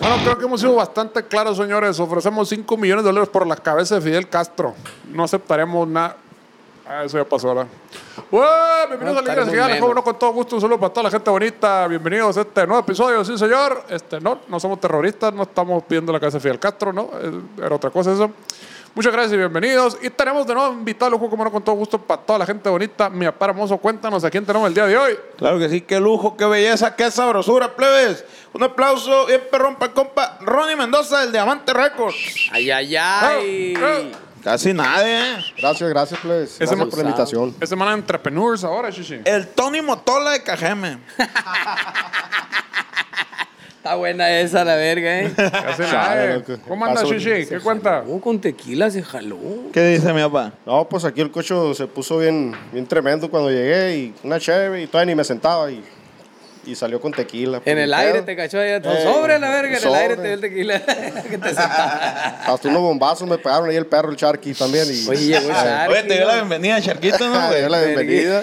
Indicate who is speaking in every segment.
Speaker 1: Bueno, creo que hemos sido bastante claros, señores. Ofrecemos 5 millones de dólares por la cabeza de Fidel Castro. No aceptaremos nada. Ah, eso ya pasó ahora. ¡Ué! Bienvenidos
Speaker 2: No,
Speaker 1: a la Iglesia
Speaker 2: tarde
Speaker 1: Gigante,
Speaker 2: menos.
Speaker 1: joven, no con todo gusto, solo para toda la gente bonita. Bienvenidos a este nuevo episodio, sí, señor. Este, no, no somos terroristas, no estamos pidiendo la cabeza de Fidel Castro, ¿no? Eh, Era otra cosa eso. Muchas gracias y bienvenidos. Y tenemos de nuevo invitados, juego como no con todo gusto, para toda la gente bonita. Mi papá hermoso, cuéntanos a quién tenemos el día de hoy.
Speaker 3: Claro que sí, qué lujo, qué belleza, qué sabrosura, plebes. Un aplauso bien perrón para el compa Ronnie Mendoza, el Diamante Records.
Speaker 2: Ay, ay, ay.
Speaker 3: Ah,
Speaker 1: Eh, eh.
Speaker 3: Casi nadie, ¿eh?
Speaker 4: Gracias, gracias, plebes.
Speaker 1: Ese
Speaker 4: Gracias
Speaker 1: mo-
Speaker 4: por la invitación.
Speaker 1: Es semana de entrepreneurs ahora, chichi.
Speaker 3: El Tony Motola de Cajeme.
Speaker 2: Está buena esa la verga, eh.
Speaker 1: Casi
Speaker 4: Chale,
Speaker 1: nadie.
Speaker 4: loco.
Speaker 1: ¿Cómo anda,
Speaker 4: Paso-
Speaker 1: Shishi? ¿Qué cuenta?
Speaker 2: Oh, con tequila se jaló.
Speaker 3: ¿Qué dice mi papá?
Speaker 4: No, pues aquí el cocho se puso bien, bien tremendo cuando llegué y una chévere y todavía ni me sentaba y, y salió con tequila. pues,
Speaker 2: En el
Speaker 4: ni
Speaker 2: aire
Speaker 4: pedo.
Speaker 2: te cachó allá.
Speaker 4: Eh,
Speaker 2: sobre la verga, en el
Speaker 4: sobre.
Speaker 2: aire te dio el tequila. que te sentaba.
Speaker 4: Hasta unos bombazos me pegaron ahí el perro, el charqui también. Y,
Speaker 2: Oye, llegó el
Speaker 4: Ah,
Speaker 2: Sharky,
Speaker 3: Oye, te dio la
Speaker 2: ¿no?
Speaker 3: bienvenida, Charquito, ¿no?
Speaker 4: le
Speaker 3: güey?
Speaker 4: dio la bienvenida.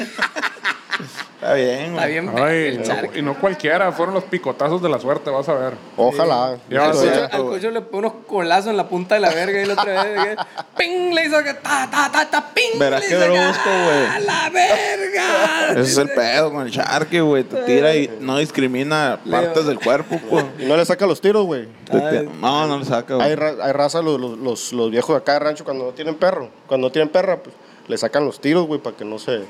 Speaker 3: Está bien,
Speaker 2: Está
Speaker 3: güey.
Speaker 2: bien,
Speaker 1: Ay,
Speaker 2: el
Speaker 1: no-
Speaker 2: Sharky.
Speaker 1: y no cualquiera, fueron los picotazos de la suerte, vas a ver.
Speaker 4: Ojalá.
Speaker 1: Ya va a
Speaker 2: Al
Speaker 4: Pero
Speaker 1: ser.
Speaker 2: cocho-
Speaker 4: ya,
Speaker 2: Al cocho le pone unos colazos en la punta de la verga y la otra vez. ¿qué? ¡Ping! Le hizo que ta, ta, ta, ta, ping.
Speaker 3: Verás
Speaker 2: le
Speaker 3: qué
Speaker 2: hizo que,
Speaker 3: brusco, güey.
Speaker 2: ¡ah, la verga!
Speaker 3: Ese es el pedo con el Charqui, güey. Te tira y no discrimina partes del cuerpo, pues.
Speaker 4: Y no le saca los tiros, güey.
Speaker 3: Te tira- No, no lo saca,
Speaker 4: Hay,
Speaker 3: güey.
Speaker 4: ra- hay raza, los, los- los- los viejos de acá de rancho, cuando no tienen perro, cuando no tienen perra, pues le sacan los tiros, güey, para que no se.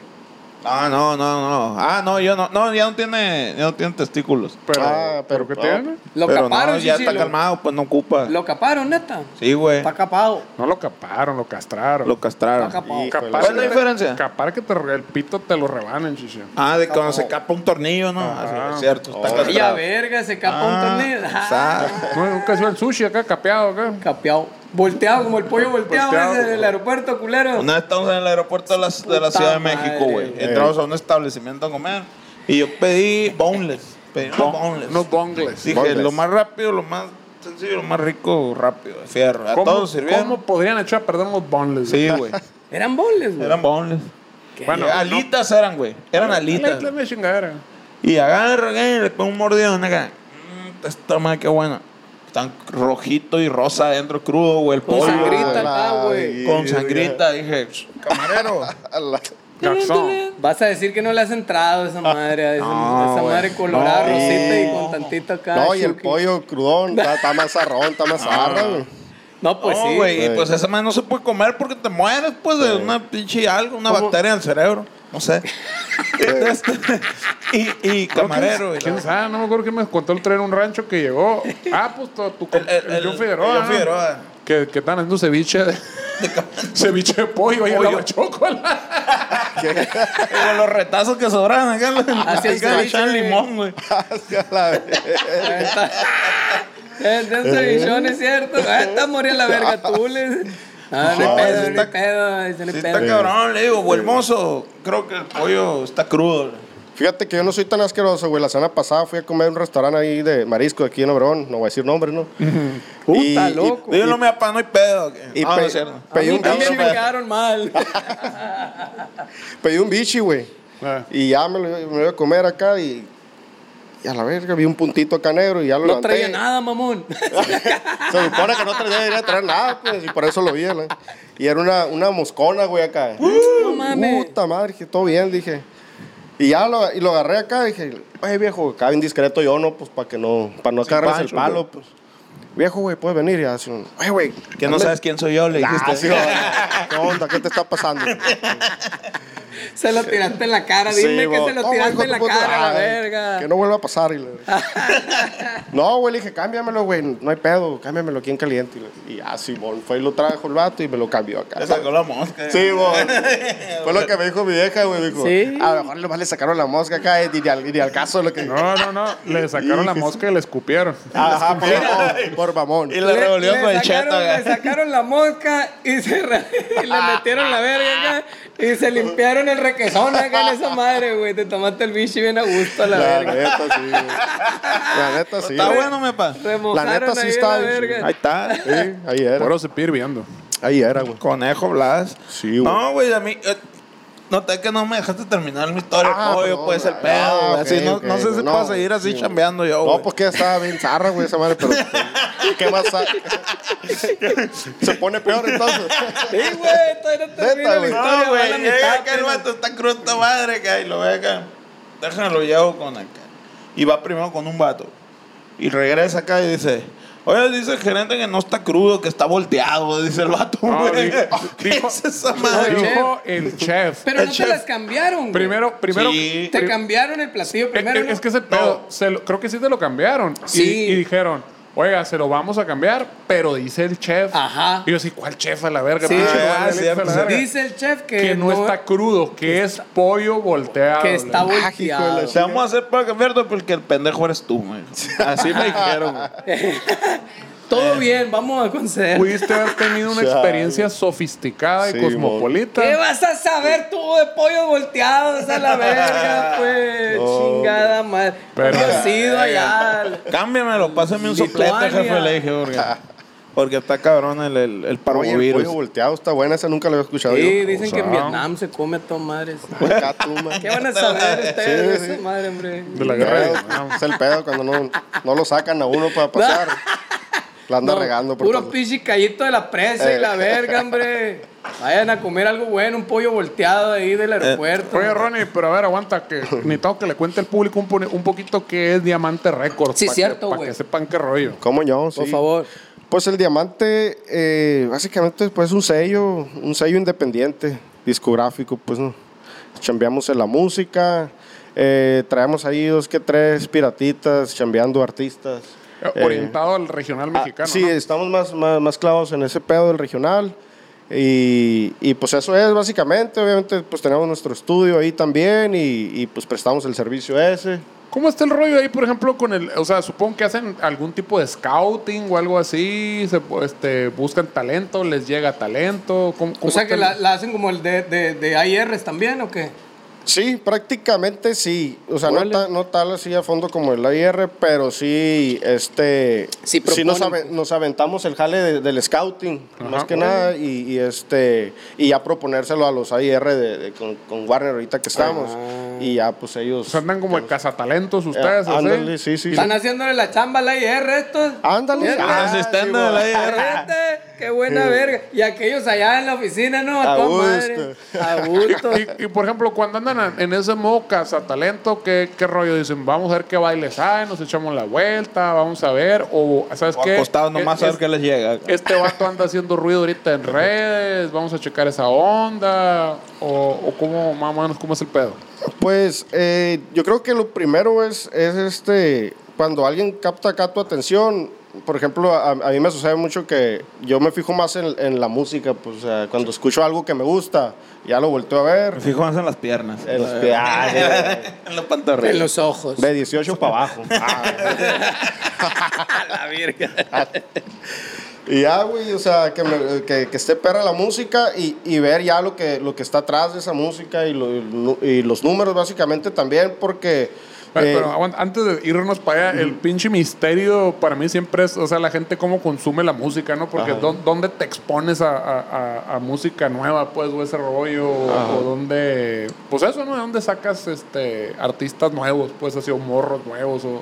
Speaker 3: Ah, no, no, no. Ah, no, yo no. No, ya no tiene, ya no tiene testículos.
Speaker 1: Pero,
Speaker 4: Ah,
Speaker 1: pero,
Speaker 4: pero-
Speaker 1: ¿qué
Speaker 4: ah,
Speaker 1: tiene?
Speaker 2: Lo
Speaker 3: Pero
Speaker 2: caparon,
Speaker 3: no,
Speaker 2: sí,
Speaker 3: ya
Speaker 2: sí,
Speaker 3: está
Speaker 2: lo-
Speaker 3: calmado, pues no ocupa.
Speaker 2: Lo caparon, neta.
Speaker 3: Sí, güey.
Speaker 2: Está capado.
Speaker 1: No lo caparon, lo castraron.
Speaker 3: Lo castraron.
Speaker 2: Está capado.
Speaker 4: Híjole.
Speaker 1: Capaz
Speaker 3: ¿Cuál es la
Speaker 1: que-
Speaker 3: diferencia?
Speaker 1: Capaz que te, el pito te lo rebanen, chichi.
Speaker 3: Ah, de cuando se capa un tornillo, ¿no? Ah, sí, es cierto, está
Speaker 4: Oh.
Speaker 3: castrado.
Speaker 2: Ella verga, se capa
Speaker 3: Ah,
Speaker 2: un tornillo. Ah,
Speaker 3: sa-
Speaker 1: No, nunca se ve el sushi acá, capeado acá.
Speaker 2: Capeado. Volteado, como el pollo volteado,
Speaker 1: Volteado.
Speaker 2: ese del aeropuerto, culero.
Speaker 3: Una vez estamos en el aeropuerto de la, de la
Speaker 2: Puta
Speaker 3: Ciudad de
Speaker 2: madre,
Speaker 3: México, güey.
Speaker 2: güey.
Speaker 3: Entramos a un establecimiento a comer y yo pedí boneless. Pedí unos boneless.
Speaker 1: Unos bongles.
Speaker 3: Dije,
Speaker 4: boneless.
Speaker 3: lo más rápido, lo más sencillo, lo más rico, rápido. Fierro. A todos sirvieron.
Speaker 1: ¿Cómo podrían echar a perder unos bongles? Ah,
Speaker 3: Sí, güey.
Speaker 2: Eran boles, güey.
Speaker 3: Eran boneless.
Speaker 1: Bueno,
Speaker 3: Y alitas eran, güey. Eran alitas.
Speaker 1: La chingadera.
Speaker 3: Y agarra, güey, le pongo un mordión acá. Mmm, esta madre, qué buena. Están rojito y rosa adentro, crudo, güey, el
Speaker 2: Con
Speaker 3: pollo.
Speaker 2: sangrita
Speaker 4: Ah, la
Speaker 2: acá, güey.
Speaker 4: verga.
Speaker 3: Con sangrita, dije, "Pues, camarero.
Speaker 4: Ala.
Speaker 1: Garzón.
Speaker 2: Vas a decir que no le has entrado a esa madre, a esa,
Speaker 3: No,
Speaker 2: esa madre
Speaker 3: güey.
Speaker 2: colorada,
Speaker 4: Ah, No.
Speaker 2: rosita y con tantito acá.
Speaker 4: No, y el
Speaker 2: chuki.
Speaker 4: pollo crudón está, está más zarrón, está más zarra, güey.
Speaker 2: No, pues
Speaker 3: no,
Speaker 2: sí.
Speaker 3: güey, y
Speaker 4: güey.
Speaker 3: pues esa madre no se puede comer porque te mueres, pues, de una pinche algo, una bacteria en el cerebro. No sé. Este, y, y camarero. y la-
Speaker 1: ¿Quién sabe? No me acuerdo quién me contó el tren un rancho que llegó. Ah, pues tu, tu
Speaker 3: El- el-
Speaker 1: el John
Speaker 3: el-
Speaker 1: Figueroa.
Speaker 3: el John
Speaker 1: ¿no?
Speaker 3: Figueroa.
Speaker 1: Que, que están haciendo ceviche de, ceviche de pollo y en la
Speaker 3: Pollo.
Speaker 1: bachocola.
Speaker 3: y Con los retazos que sobran acá.
Speaker 2: Así
Speaker 3: Así
Speaker 2: es,
Speaker 3: es que le
Speaker 2: güey.
Speaker 3: echan limón, güey.
Speaker 4: Hacia la vez.
Speaker 2: El Eh, de un
Speaker 4: Eh.
Speaker 2: cevichón, es cierto. Ah, Está morir la verga tú, le- Ah, no,
Speaker 3: No,
Speaker 2: hay
Speaker 3: ese
Speaker 2: pedo, no hay
Speaker 3: está-
Speaker 2: pedo, ese no
Speaker 3: Sí
Speaker 2: hay
Speaker 3: está
Speaker 2: pedo.
Speaker 3: cabrón, le digo, güey, hermoso. Creo que el pollo está crudo.
Speaker 4: Fíjate que yo no soy tan asqueroso, güey. La semana pasada fui a comer a un restaurante ahí de marisco aquí en Obregón. No voy a decir nombre, ¿no?
Speaker 2: Puta,
Speaker 4: Y- y-
Speaker 2: loco.
Speaker 3: Digo, no me apa, no hay pedo.
Speaker 4: Y
Speaker 3: no,
Speaker 4: pe-
Speaker 3: no es cierto.
Speaker 2: A mí
Speaker 4: pedí un
Speaker 2: también
Speaker 4: bichi,
Speaker 2: me
Speaker 4: güey.
Speaker 2: quedaron mal.
Speaker 4: Pedí un bichi, güey.
Speaker 1: Ah.
Speaker 4: Y ya me lo, me lo iba a comer acá y... Y a la verga, vi un puntito acá negro y ya lo
Speaker 2: No
Speaker 4: levanté.
Speaker 2: traía nada, mamón.
Speaker 4: Se supone que no traía debería traer nada, pues. Y por eso lo vi, ¿no? Y era una, una moscona, güey, acá.
Speaker 2: No mames.
Speaker 4: Uh, Puta madre, dije, todo bien, dije. Y ya lo, y lo agarré acá, dije, oye viejo, acá bien discreto yo, no, pues para que no, para no agarres el
Speaker 3: pancho,
Speaker 4: palo, pues. Viejo, güey, puedes venir y hace un, oye, güey, Ah,
Speaker 3: Que no sabes quién soy yo, le
Speaker 4: nah,
Speaker 3: dijiste.
Speaker 4: sí, güey, ¿Qué onda? ¿Qué te está pasando?
Speaker 2: Se lo tiraste en la cara, dime que
Speaker 4: bo.
Speaker 2: se lo
Speaker 4: No,
Speaker 2: tiraste
Speaker 4: hijo de
Speaker 2: en la
Speaker 4: puta,
Speaker 2: cara, la
Speaker 4: ay,
Speaker 2: verga.
Speaker 4: Que no vuelva a pasar. y le- no, güey, le dije, cámbiamelo, güey. No hay pedo, cámbiamelo aquí en caliente. Y, le- y ah, Simón, fue y lo trajo el vato y me lo cambió acá.
Speaker 3: Le sacó la mosca.
Speaker 4: Sí, bo. Fue lo que me dijo mi vieja, güey. me Dijo,
Speaker 2: Sí.
Speaker 4: a lo mejor nomás le sacaron la mosca acá y ni al, y ni al caso lo que.
Speaker 1: No, no, no. Le sacaron la mosca y le escupieron.
Speaker 4: Ajá, por mamón. Por mamón.
Speaker 3: Y la
Speaker 2: Le-
Speaker 3: revolvió
Speaker 2: le
Speaker 3: con el
Speaker 2: sacaron-
Speaker 3: cheto. Ah.
Speaker 2: Le
Speaker 3: güey.
Speaker 2: sacaron la mosca y, se re- y le metieron la verga acá y se limpiaron el requesón acá en esa madre, güey. Te tomaste el bicho bien a gusto a la
Speaker 4: La
Speaker 2: verga.
Speaker 4: neta, sí. güey. La neta, sí.
Speaker 3: Está
Speaker 4: güey.
Speaker 3: bueno, me pa.
Speaker 2: Remojaron
Speaker 4: La neta sí
Speaker 2: ahí en
Speaker 4: está
Speaker 2: la
Speaker 4: bien
Speaker 2: verga.
Speaker 3: Ahí está.
Speaker 4: Sí, ahí era.
Speaker 1: Pero se pide hirviendo.
Speaker 4: Ahí era, güey.
Speaker 3: Conejo Blas.
Speaker 4: Sí, güey.
Speaker 3: No, güey, a mí. eh, Noté que no me dejaste terminar mi historia,
Speaker 4: Ah,
Speaker 3: pollo,
Speaker 4: perdón,
Speaker 3: pues el
Speaker 4: ah,
Speaker 3: pedo. güey.
Speaker 4: ok,
Speaker 3: Así, no,
Speaker 4: ok,
Speaker 3: no sé si
Speaker 4: güey, no,
Speaker 3: puedo seguir así
Speaker 4: sí, güey.
Speaker 3: chambeando yo, güey.
Speaker 4: No, pues que estaba bien zarra, güey, esa madre, pero. ¿Qué más? sa- Se pone peor entonces.
Speaker 2: Sí, güey, todavía no termina la
Speaker 3: No,
Speaker 4: güey.
Speaker 2: historia, va a
Speaker 3: güey,
Speaker 2: la
Speaker 3: llega
Speaker 2: mitad.
Speaker 3: acá el
Speaker 2: apenas.
Speaker 3: vato, está crudo esta madre, que ahí lo ve acá. Déjalo, llevo con acá. Y va primero con un vato. Y regresa acá y dice, oye, dice el gerente que no está crudo, que está volteado, dice el vato,
Speaker 1: No,
Speaker 3: güey.
Speaker 1: dijo-
Speaker 3: ¿Qué
Speaker 1: dijo-
Speaker 3: es esa madre?
Speaker 2: Dijo-
Speaker 1: Dijo el chef.
Speaker 2: Pero
Speaker 3: El
Speaker 2: no te
Speaker 3: chef.
Speaker 2: las cambiaron, güey.
Speaker 1: Primero, primero.
Speaker 3: Sí.
Speaker 2: Te cambiaron el platillo
Speaker 1: Eh,
Speaker 2: primero.
Speaker 1: eh,
Speaker 2: ¿no?
Speaker 1: Es que ese pedo, se lo- creo que sí te lo cambiaron. Y-
Speaker 2: Sí.
Speaker 1: Y, dijeron, oiga, se lo vamos a cambiar, pero dice el chef.
Speaker 2: Ajá.
Speaker 1: Y yo sí, ¿cuál chef a la verga?
Speaker 2: Ah. Sí.
Speaker 1: Pinche
Speaker 3: Ah,
Speaker 1: lugar de
Speaker 3: cierto,
Speaker 1: Alexa a la verga.
Speaker 2: Dice el chef que,
Speaker 1: Que no está crudo, que es pollo volteado.
Speaker 2: que está
Speaker 1: le-
Speaker 3: Ah,
Speaker 2: volteado.
Speaker 3: Te vamos a hacer para cambiarlo porque el pendejo eres tú, güey. Así me dijeron, güey.
Speaker 2: Todo
Speaker 3: Eh.
Speaker 2: bien, vamos a conceder.
Speaker 1: Pudiste haber tenido una
Speaker 4: Chale.
Speaker 1: experiencia sofisticada y
Speaker 4: Sí,
Speaker 1: cosmopolita.
Speaker 2: ¿Qué vas a saber tú de pollos volteados a la verga, pues? Chingada madre.
Speaker 1: Pero-
Speaker 2: Pero
Speaker 4: eh,
Speaker 2: has ido allá.
Speaker 3: Cámbiamelo, pásame un soplete,
Speaker 2: Lituania.
Speaker 3: jefe, le dije, porque, porque está cabrón el, el, el
Speaker 4: Oye, el
Speaker 3: parvovirus.
Speaker 4: pollo volteado está buena, esa nunca la había escuchado.
Speaker 2: Sí,
Speaker 4: yo.
Speaker 2: dicen que en
Speaker 1: Wow.
Speaker 2: Vietnam se come a toda madre.
Speaker 4: Acá tú, man.
Speaker 2: ¿Qué van a saber ustedes de
Speaker 4: Sí, sí.
Speaker 2: esa madre, hombre?
Speaker 1: De la
Speaker 4: El
Speaker 1: guerra de
Speaker 4: pedo,
Speaker 1: Vietnam.
Speaker 4: Es el pedo cuando no, no lo sacan a uno para pasar. La anda
Speaker 2: No,
Speaker 4: regando. Por
Speaker 2: Puro
Speaker 4: todo.
Speaker 2: pichicallito de la presa y
Speaker 4: Eh.
Speaker 2: la verga, hombre. Vayan a comer algo bueno, un pollo volteado ahí
Speaker 4: Eh,
Speaker 2: del aeropuerto.
Speaker 1: Oye, Ronnie, pero a ver, aguanta, que necesitamos que le cuente al público un, pone- un poquito que es Diamante Records.
Speaker 2: Sí, cierto,
Speaker 1: Para
Speaker 2: güey.
Speaker 1: que sepan qué rollo.
Speaker 4: ¿Cómo yo?
Speaker 2: Por
Speaker 4: Sí.
Speaker 2: favor.
Speaker 4: Pues el diamante, eh, básicamente, pues es un sello, un sello independiente, discográfico, pues ¿no? chambeamos en la música, eh, traemos ahí dos que tres piratitas, chambeando artistas.
Speaker 1: Eh,
Speaker 4: Eh,
Speaker 1: Orientado al regional
Speaker 4: ah,
Speaker 1: mexicano.
Speaker 4: sí,
Speaker 1: ¿no?
Speaker 4: estamos más, más, más clavados en ese pedo del regional. Y, y, pues eso es básicamente, obviamente pues tenemos nuestro estudio ahí también y, y, pues prestamos el servicio ese.
Speaker 1: ¿Cómo está el rollo ahí, por ejemplo, con el, o sea, supongo que hacen algún tipo de scouting o algo así, se, este, buscan talento, les llega talento, ¿cómo, cómo
Speaker 2: O sea
Speaker 1: está
Speaker 2: que
Speaker 1: el-
Speaker 2: la, la hacen como el de, de, de AIRs también, ¿o qué?
Speaker 4: Sí, prácticamente sí. O sea, no,
Speaker 2: Órale.
Speaker 4: ta- no tal así a fondo como el AIR, pero sí, este...
Speaker 2: Sí proponen,
Speaker 4: nos, ave-
Speaker 2: pues.
Speaker 4: nos aventamos el jale de- del scouting, más que nada, y, y este... Y ya proponérselo a los AIR de, de- con, con Warner ahorita que estamos. Y ya, pues ellos...
Speaker 1: Ah. o sea, andan como de cazatalentos ustedes,
Speaker 4: Eh,
Speaker 1: ¿así?
Speaker 4: ándale, sí, sí.
Speaker 2: Están haciéndole la chamba al AIR estos.
Speaker 4: Ándale.
Speaker 3: Ah,
Speaker 4: Ah,
Speaker 3: sí, está
Speaker 4: sí,
Speaker 3: en el
Speaker 4: güey.
Speaker 3: aire.
Speaker 2: Arrete, ¡Qué buena verga! Y aquellos allá en la oficina, ¿no? A,
Speaker 4: A
Speaker 2: toda madre.
Speaker 4: gusto.
Speaker 2: A gusto.
Speaker 1: Y, y, por ejemplo, cuando andan en ese modo cazatalento, ¿qué, ¿qué rollo? Dicen, vamos a ver qué bailes hay, nos echamos la vuelta, vamos a ver, o, ¿sabes
Speaker 3: O
Speaker 1: qué?
Speaker 3: acostado nomás
Speaker 1: Es-
Speaker 3: a ver
Speaker 1: es-
Speaker 3: qué les llega.
Speaker 1: Este vato anda haciendo ruido ahorita en redes, vamos a checar esa onda, o, o cómo, más o menos, cómo es el pedo.
Speaker 4: Pues eh, yo creo que lo primero es, es este, cuando alguien capta acá tu atención, por ejemplo, a, a mí me sucede mucho que yo me fijo más en, en la música, pues o sea, cuando escucho algo que me gusta, ya lo volteo a
Speaker 3: Me
Speaker 4: ver.
Speaker 3: fijo más en las piernas.
Speaker 4: en los pies, ah, de-
Speaker 3: En los pantorrillas.
Speaker 2: En los ojos.
Speaker 4: de 18 para abajo. Ah.
Speaker 2: la verga.
Speaker 4: Y ya, güey, o sea, que, me- que, que esté perra la música y, y ver ya lo que, lo que está atrás de esa música y, lo- y lo- y los números básicamente también, porque...
Speaker 1: Pero,
Speaker 4: eh,
Speaker 1: pero aguanta, antes de irnos para allá, el pinche misterio para mí siempre es, o sea, la gente cómo consume la música, ¿no? Porque dón- ¿dónde te expones a, a- a- a música nueva, pues, o ese rollo? O, o dónde, pues eso, ¿no? ¿De dónde sacas este, artistas nuevos, pues, así, o morros nuevos? O,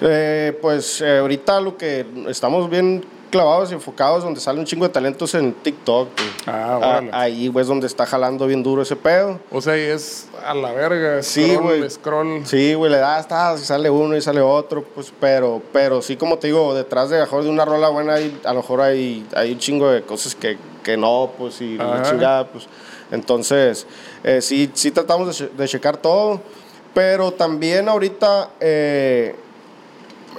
Speaker 4: Eh, pues eh, ahorita lo que estamos bien clavados y enfocados donde sale un chingo de talentos en TikTok. güey.
Speaker 1: Ah, órale.
Speaker 4: Ah, ahí, güey, es donde está jalando bien duro ese pedo.
Speaker 1: O sea, y es a la verga.
Speaker 4: Sí,
Speaker 1: scroll,
Speaker 4: güey.
Speaker 1: Scroll.
Speaker 4: Sí, güey, le das, tas, y sale uno y sale otro, pues, pero, pero sí, como te digo, detrás de, a lo mejor de una rola buena, hay- a lo mejor hay, hay un chingo de cosas que, que no, pues, y la
Speaker 1: Ajá.
Speaker 4: chingada, pues. Entonces, eh, sí, sí tratamos de, che- de checar todo, pero también ahorita, eh,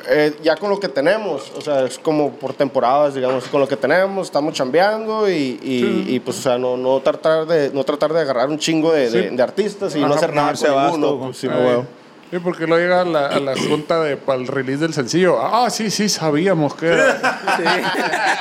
Speaker 4: eh, ya con lo que tenemos, o sea, es como por temporadas, digamos, con lo que tenemos, estamos chambeando y, y, y, pues, o sea, no, no, tratar de, no tratar de agarrar un chingo de, de-
Speaker 1: Sí.
Speaker 4: de artistas y no
Speaker 1: Ajá,
Speaker 4: hacer nada
Speaker 3: darse
Speaker 4: con
Speaker 3: abasto,
Speaker 4: ninguno,
Speaker 3: con-
Speaker 4: pues, sí,
Speaker 1: Ay,
Speaker 4: no, güey.
Speaker 1: Sí, porque luego llega a la, a la junta de, para el release del sencillo. Ah, sí, sí, sabíamos que era.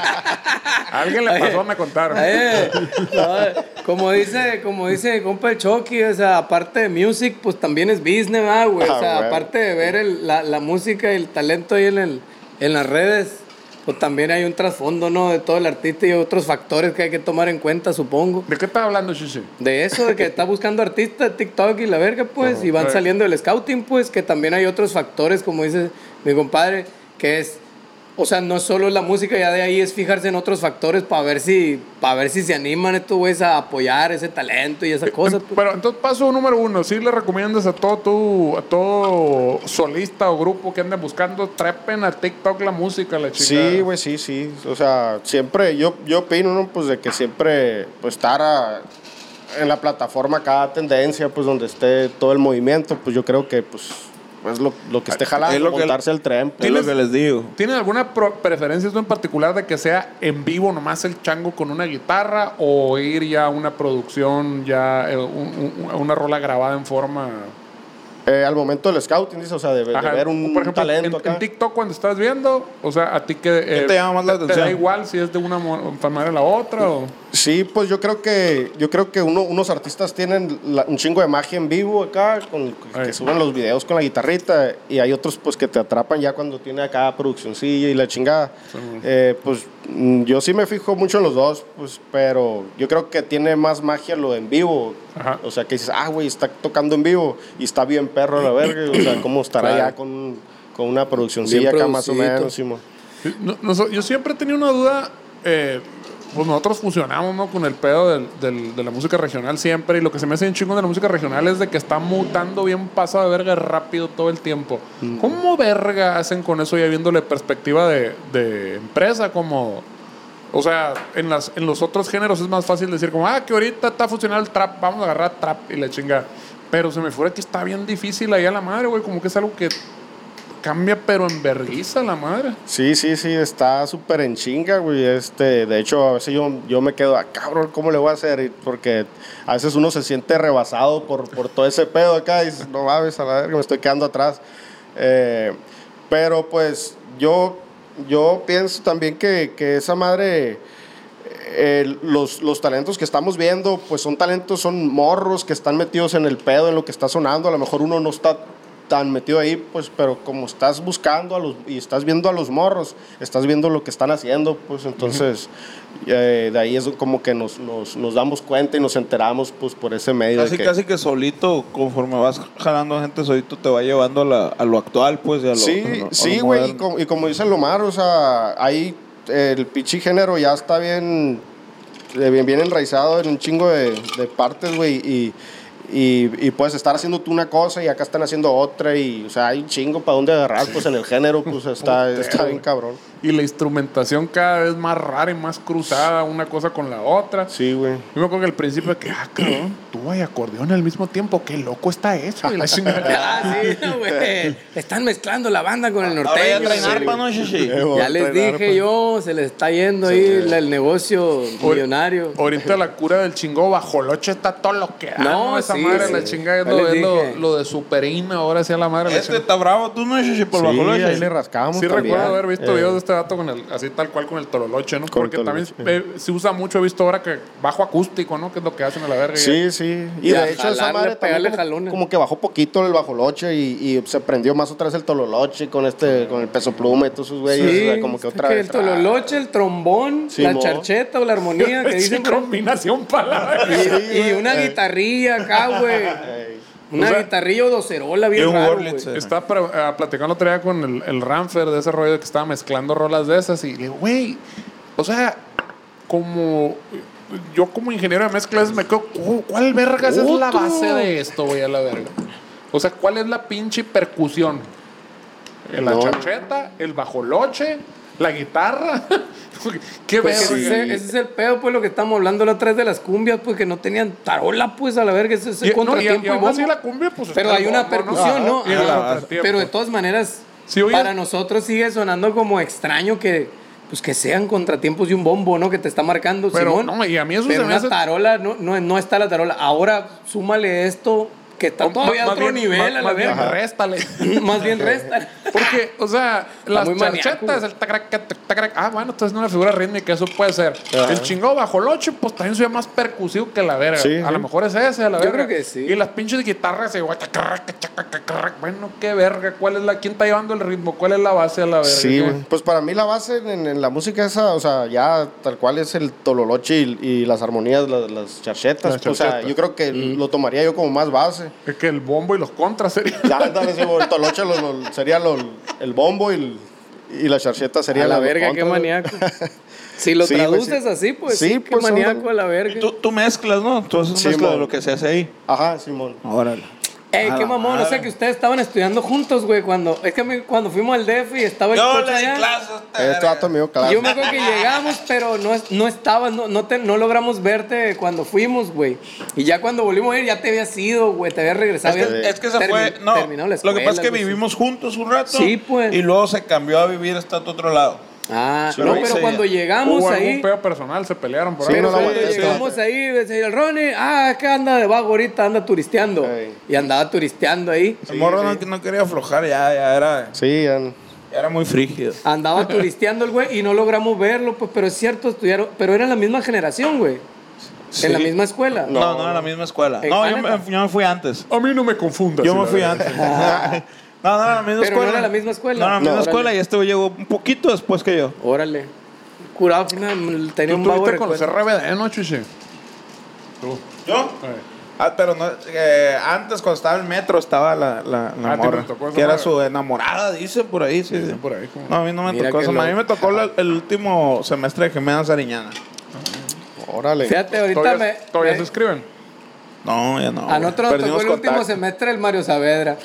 Speaker 1: Alguien le pasó, me contaron.
Speaker 2: Eh, no, como dice, como dice el compa el Chucky, o sea, aparte de music, pues también es business, ¿verdad, güey.
Speaker 4: Ah,
Speaker 2: o sea,
Speaker 4: güey.
Speaker 2: aparte de ver el- la, la música y el talento ahí en, el- en las redes, pues también hay un trasfondo, ¿no? De todo el artista y otros factores que hay que tomar en cuenta, supongo.
Speaker 1: ¿De qué estás hablando, Shishi?
Speaker 2: De eso, de que está buscando artistas, TikTok y la verga, pues, y van
Speaker 1: sí.
Speaker 2: saliendo del scouting, pues, que también hay otros factores, como dice mi compadre, que es, o sea, no solo la música, ya de ahí es fijarse en otros factores para ver si, para ver si se animan estos güeyes a apoyar ese talento y esa cosa. pues.
Speaker 1: En- Em, Pero entonces paso número uno, si le recomiendas a todo tu, a todo solista o grupo que anden buscando, trepen a TikTok la música, la chica.
Speaker 4: Sí, güey, sí, sí. O sea, siempre, yo, yo opino, ¿no? Pues de que siempre, pues estar a- en la plataforma cada tendencia, pues donde esté todo el movimiento, pues yo creo que, pues, es lo, lo que
Speaker 1: Ah,
Speaker 4: esté jalando,
Speaker 3: lo que-
Speaker 4: montarse al tren. pues.
Speaker 3: Es lo que les digo.
Speaker 1: ¿Tienen alguna pro- preferencia tú en particular de que sea en vivo nomás el chango con una guitarra o ir ya a una producción, ya eh, un- un- una rola grabada en forma...
Speaker 4: Eh, al momento del scouting, dice, o sea, Pues, de, de
Speaker 1: Ajá,
Speaker 4: ver un
Speaker 1: por ejemplo,
Speaker 4: talento
Speaker 1: en,
Speaker 4: acá.
Speaker 1: en TikTok cuando estás viendo, o sea, a ti que... eh,
Speaker 3: te llama más la
Speaker 1: ¿Te da
Speaker 3: atención?
Speaker 1: igual si es de una mo- manera a la otra o...?
Speaker 4: Sí, pues yo creo que yo creo que uno- unos artistas tienen la- un chingo de magia en vivo acá, con,
Speaker 1: Ay.
Speaker 4: que suben los videos con la guitarrita y hay otros pues que te atrapan ya cuando tiene acá produccioncilla y la chingada. Eh, pues mm, yo sí me fijo mucho en los dos, pues, pero yo creo que tiene más magia lo en vivo.
Speaker 1: Ajá.
Speaker 4: O sea, que dices, ah, güey, está tocando en vivo y está bien perro a la verga. O sea, cómo estará
Speaker 2: Claro.
Speaker 4: ya con, con una produccioncilla
Speaker 2: Bien
Speaker 4: acá más o
Speaker 2: producidito.
Speaker 4: menos, Simón.
Speaker 1: No- no- yo siempre he tenido una duda. eh, pues nosotros funcionamos ¿no? con el pedo del- del- de la música regional siempre. Y lo que se me hace bien chingón de la música regional es de que está mutando bien pasado de verga rápido todo el tiempo. ¿Cómo verga hacen con eso ya viéndole perspectiva de, de empresa? Como. O sea, en, las, en los otros géneros es más fácil decir como, ah, que ahorita está funcionando el trap, vamos a agarrar trap y la chinga. Pero se me fuera que está bien difícil ahí a la madre, güey, como que es algo que cambia pero en verguiza la madre.
Speaker 4: Sí, sí, sí, está súper en chinga, güey. Este, de hecho, a veces yo, yo me quedo, ah, cabrón, ¿cómo le voy a hacer? Y Porque a veces uno se siente rebasado por, por todo ese pedo acá y dices, no mames, a la verga, me estoy quedando atrás. Eh, pero pues yo, yo pienso también que, que esa madre, eh, los, los talentos que estamos viendo, pues son talentos, son morros que están metidos en el pedo, en lo que está sonando. A lo mejor uno no está tan metido ahí, pues, pero como estás buscando a los, y estás viendo a los morros, estás viendo lo que están haciendo, pues entonces eh, de ahí es como que nos, nos, nos damos cuenta y nos enteramos, pues, por ese medio. de
Speaker 3: Casi,
Speaker 4: que-
Speaker 3: casi que solito, conforme vas jalando gente, solito te va llevando a, la- a lo actual, pues. y a lo-
Speaker 4: Sí,
Speaker 3: a lo- a lo
Speaker 4: sí, güey. Y
Speaker 3: moderno.
Speaker 4: como, y como dice Lomar, o sea, ahí el pichi género ya está bien, eh, bien, bien enraizado en un chingo de, de partes, güey. Y, y, y puedes estar haciendo tú una cosa y acá están haciendo otra. Y, o sea, hay un chingo para dónde agarrar, pues en el género, pues está, está bien cabrón.
Speaker 1: Y la instrumentación cada vez más rara y más cruzada, una cosa con la otra.
Speaker 4: Sí, güey.
Speaker 1: Yo me acuerdo que al principio que, ah, cabrón, tuba y acordeón al mismo tiempo, qué loco está eso. Y la chingada.
Speaker 2: Ah, sí, no, güey. Están mezclando la banda con el
Speaker 3: Ahora
Speaker 2: norteño.
Speaker 3: ya traen
Speaker 2: güey.
Speaker 3: arpa, ¿no, Shishi?
Speaker 2: Ya les dije yo, se les está yendo ahí la- el negocio millonario.
Speaker 1: Ahorita la cura del chingó bajoloche está todo lo que da.
Speaker 2: No,
Speaker 1: No, esa
Speaker 2: sí,
Speaker 1: madre,
Speaker 2: sí.
Speaker 1: la chingada es
Speaker 2: Ya
Speaker 1: lo,
Speaker 2: les
Speaker 1: es lo,
Speaker 2: dije.
Speaker 1: lo de superina, ahora sí a la madre. la
Speaker 3: Este
Speaker 1: chingada.
Speaker 3: está bravo, tú no, Shishi,
Speaker 1: Pues
Speaker 3: por
Speaker 4: Sí,
Speaker 3: bajo lo
Speaker 4: ahí
Speaker 3: Shishi.
Speaker 4: le rascamos
Speaker 1: Sí
Speaker 4: también.
Speaker 1: recuerdo haber visto
Speaker 4: Eh,
Speaker 1: videos de este dato con el, así tal cual con el toroloche, ¿no?
Speaker 4: Con el
Speaker 1: Porque también
Speaker 4: tololoche.
Speaker 1: eh, se usa mucho, he visto ahora que bajo acústico, ¿no? Que es lo que hacen a la verga.
Speaker 4: Sí, sí. Y,
Speaker 2: Y a
Speaker 4: de hecho esa
Speaker 2: jalarle,
Speaker 4: madre
Speaker 2: pegarle
Speaker 4: también como,
Speaker 2: jalones.
Speaker 4: como que bajó poquito el bajoloche y, y se prendió más otra vez el tololoche con este, con el peso pluma y todos esos güeyes. o sea, como que
Speaker 2: es
Speaker 4: otra
Speaker 2: que
Speaker 4: vez. ah.
Speaker 2: el tololoche, el trombón, la
Speaker 4: Simón.
Speaker 2: charcheta o la armonía que
Speaker 1: Sí,
Speaker 2: dicen.
Speaker 1: combinación palabra.
Speaker 2: Y, y una guitarrilla acá, güey.
Speaker 4: Ey.
Speaker 2: Una
Speaker 1: O sea,
Speaker 2: guitarrilla o docerola
Speaker 3: y
Speaker 2: bien
Speaker 3: un
Speaker 2: raro,
Speaker 3: Wurlitzer.
Speaker 2: güey.
Speaker 1: Estaba pra- ah, platicando otra día con el, el Ramfer de ese rollo que estaba mezclando rolas de esas y le digo, güey, o sea, como yo como ingeniero de mezclas me quedo, "Cu- ¿cuál vergas es la
Speaker 2: Puto.
Speaker 1: base de esto, güey, a la verga? O sea, ¿cuál es la pinche percusión? La
Speaker 4: No.
Speaker 1: chancheta, el bajoloche, la guitarra. ¿Qué
Speaker 2: Pues
Speaker 1: verga?
Speaker 2: ese, es el- ese es el pedo, pues, lo que estamos hablando la otra vez de las cumbias, pues, que no tenían tarola, pues, a la verga, ese es el
Speaker 1: Y- no, y-
Speaker 2: contratiempo.
Speaker 1: y aún
Speaker 2: bombo.
Speaker 1: así la cumbia, pues,
Speaker 2: Pero
Speaker 1: está
Speaker 2: hay
Speaker 1: el
Speaker 2: una
Speaker 1: bombo, ¿no? Ah,
Speaker 2: percusión, ¿no?
Speaker 1: Y el
Speaker 2: Ajá.
Speaker 1: contratiempo.
Speaker 2: Pero de todas maneras,
Speaker 1: Sí, oye.
Speaker 2: para nosotros sigue sonando como extraño que, pues, que sean contratiempos de un bombo, ¿no? Que te está marcando,
Speaker 1: Pero,
Speaker 2: Simón.
Speaker 1: no, y a mí eso
Speaker 2: Pero
Speaker 1: se me
Speaker 2: una
Speaker 1: hace-
Speaker 2: tarola, no, no, no está la tarola. Ahora, súmale esto, que está
Speaker 1: Más-
Speaker 2: todavía a
Speaker 1: más
Speaker 2: otro
Speaker 1: bien-
Speaker 2: nivel,
Speaker 1: más-
Speaker 2: a la
Speaker 1: más bien,
Speaker 2: verga.
Speaker 1: réstale.
Speaker 2: Más bien resta.
Speaker 1: Porque, o sea, las
Speaker 2: muy maníaco,
Speaker 1: charchetas,
Speaker 2: güey.
Speaker 1: el tacrac, tac, tacrac, ah, bueno, entonces es una figura rítmica, eso puede ser. El chingado bajoloche, pues también soy más percusivo que la verga.
Speaker 4: Sí,
Speaker 1: a
Speaker 4: sí.
Speaker 1: lo mejor es ese, a la
Speaker 2: Yo
Speaker 1: verga.
Speaker 2: creo que sí.
Speaker 1: Y las pinches guitarras, igual, tacrac, tacrac, tacrac, bueno, qué verga, ¿cuál es la, quién está llevando el ritmo? ¿Cuál es la base a la verga?
Speaker 4: Sí,
Speaker 1: ¿Qué?
Speaker 4: güey. Pues para mí la base en, en la música esa, o sea, ya tal cual es el tololoche y, y las armonías, la- las charchetas.
Speaker 1: Las
Speaker 4: o sea,
Speaker 1: charchetas.
Speaker 4: yo creo que
Speaker 2: Mm.
Speaker 4: lo tomaría yo como más base.
Speaker 1: Es que el bombo y los contras serían.
Speaker 4: Ya, ándale, sí, güey, el tololoche lo- lo- sería lo- el bombo y, el- y la charcheta sería
Speaker 2: A la
Speaker 4: las
Speaker 2: verga, qué
Speaker 4: contras.
Speaker 2: maníaco. Si lo
Speaker 4: Sí, güey,
Speaker 2: traduces
Speaker 4: sí.
Speaker 2: así, pues
Speaker 4: Sí,
Speaker 2: sí, qué
Speaker 4: pues, son-
Speaker 2: maníaco a la verga.
Speaker 3: Tú, tú mezclas, ¿no? Tú haces
Speaker 4: Sí,
Speaker 3: mezcla de
Speaker 4: mo.
Speaker 3: lo que se hace ahí.
Speaker 4: Ajá, Simón.
Speaker 3: Órale.
Speaker 2: Ey,
Speaker 3: A
Speaker 2: qué
Speaker 3: la
Speaker 2: mamón, o sea
Speaker 3: madre.
Speaker 2: que ustedes estaban estudiando juntos, güey, cuando es que a mí, cuando fuimos al DF y estaba el
Speaker 3: Yo
Speaker 2: coche
Speaker 3: le di
Speaker 2: allá,
Speaker 3: clases. a este
Speaker 4: Este
Speaker 3: verga.
Speaker 4: vato mío, claro.
Speaker 2: y yo me acuerdo que llegamos, pero no, es- no estabas, no, no, te- no logramos verte cuando fuimos, güey. Y ya cuando volvimos a ir, ya te habías ido, güey, te habías regresado.
Speaker 3: Es
Speaker 2: habías
Speaker 3: que, es que se
Speaker 2: termi-
Speaker 3: fue. No,
Speaker 2: terminado la
Speaker 3: lo que pasa es
Speaker 2: escuela,
Speaker 3: que
Speaker 2: güey, sí.
Speaker 3: vivimos juntos un rato.
Speaker 2: Sí, pues.
Speaker 3: Y luego se cambió a vivir hasta otro lado.
Speaker 2: Ah,
Speaker 3: Sí,
Speaker 2: no,
Speaker 3: lo
Speaker 2: pero
Speaker 3: hice
Speaker 2: cuando
Speaker 3: ya.
Speaker 2: llegamos
Speaker 1: Hubo
Speaker 2: ahí.
Speaker 1: algún pedo personal, se pelearon por
Speaker 4: Sí,
Speaker 1: ahí.
Speaker 4: no la
Speaker 2: Cuando
Speaker 4: aguanté,
Speaker 2: llegamos ahí, me decía el Ronnie, ah, es que anda de vago ahorita, anda turisteando.
Speaker 4: Ey.
Speaker 2: Y andaba turisteando ahí.
Speaker 3: el morro No, no quería aflojar, ya, ya era,
Speaker 4: Sí, ya. no.
Speaker 3: ya era muy frígido.
Speaker 2: Andaba turisteando el güey y no logramos verlo, pues, pero es cierto, estudiaron, pero era la misma generación, güey.
Speaker 3: Sí.
Speaker 2: En la misma escuela.
Speaker 3: No, no, en la misma escuela.
Speaker 2: Eh,
Speaker 3: No,
Speaker 2: ah,
Speaker 3: yo me,
Speaker 2: neta.
Speaker 3: yo me fui antes.
Speaker 1: A mí no me confundas.
Speaker 3: Yo
Speaker 1: Pues sí,
Speaker 3: me
Speaker 1: la
Speaker 3: fui
Speaker 1: verga.
Speaker 3: antes. No, no era la misma
Speaker 2: Ah. Pero no
Speaker 3: escuela.
Speaker 2: era la misma escuela.
Speaker 3: No era la misma
Speaker 4: No.
Speaker 3: escuela y este llegó un poquito después que yo.
Speaker 2: Órale. Curado, que una- tenía
Speaker 1: Tú
Speaker 2: un vago
Speaker 1: tuviste con los
Speaker 2: recuerdo.
Speaker 1: RBD, ¿no, Chuche? Tú.
Speaker 3: ¿Yo?
Speaker 1: Eh.
Speaker 3: Ah, pero no, eh, antes cuando estaba en el metro estaba la, la, la
Speaker 1: Ah, te
Speaker 3: morra,
Speaker 1: tocó esa
Speaker 3: que era
Speaker 1: madre.
Speaker 3: su enamorada, dice por ahí. Sí,
Speaker 1: Dicen por ahí, como-
Speaker 3: No, a mí no me
Speaker 2: Mira
Speaker 3: tocó
Speaker 2: qué
Speaker 3: eso. A mí
Speaker 2: loco.
Speaker 3: me tocó la- el último semestre de Jimena Sariñana.
Speaker 4: Órale.
Speaker 2: Fíjate, ahorita
Speaker 1: ¿Todavía,
Speaker 2: me.
Speaker 1: todavía
Speaker 2: me-
Speaker 1: se escriben?
Speaker 3: No, ya no.
Speaker 2: a nosotros nos tocó
Speaker 3: Perdimos
Speaker 2: el último
Speaker 3: contacto.
Speaker 2: semestre el Mario Saavedra.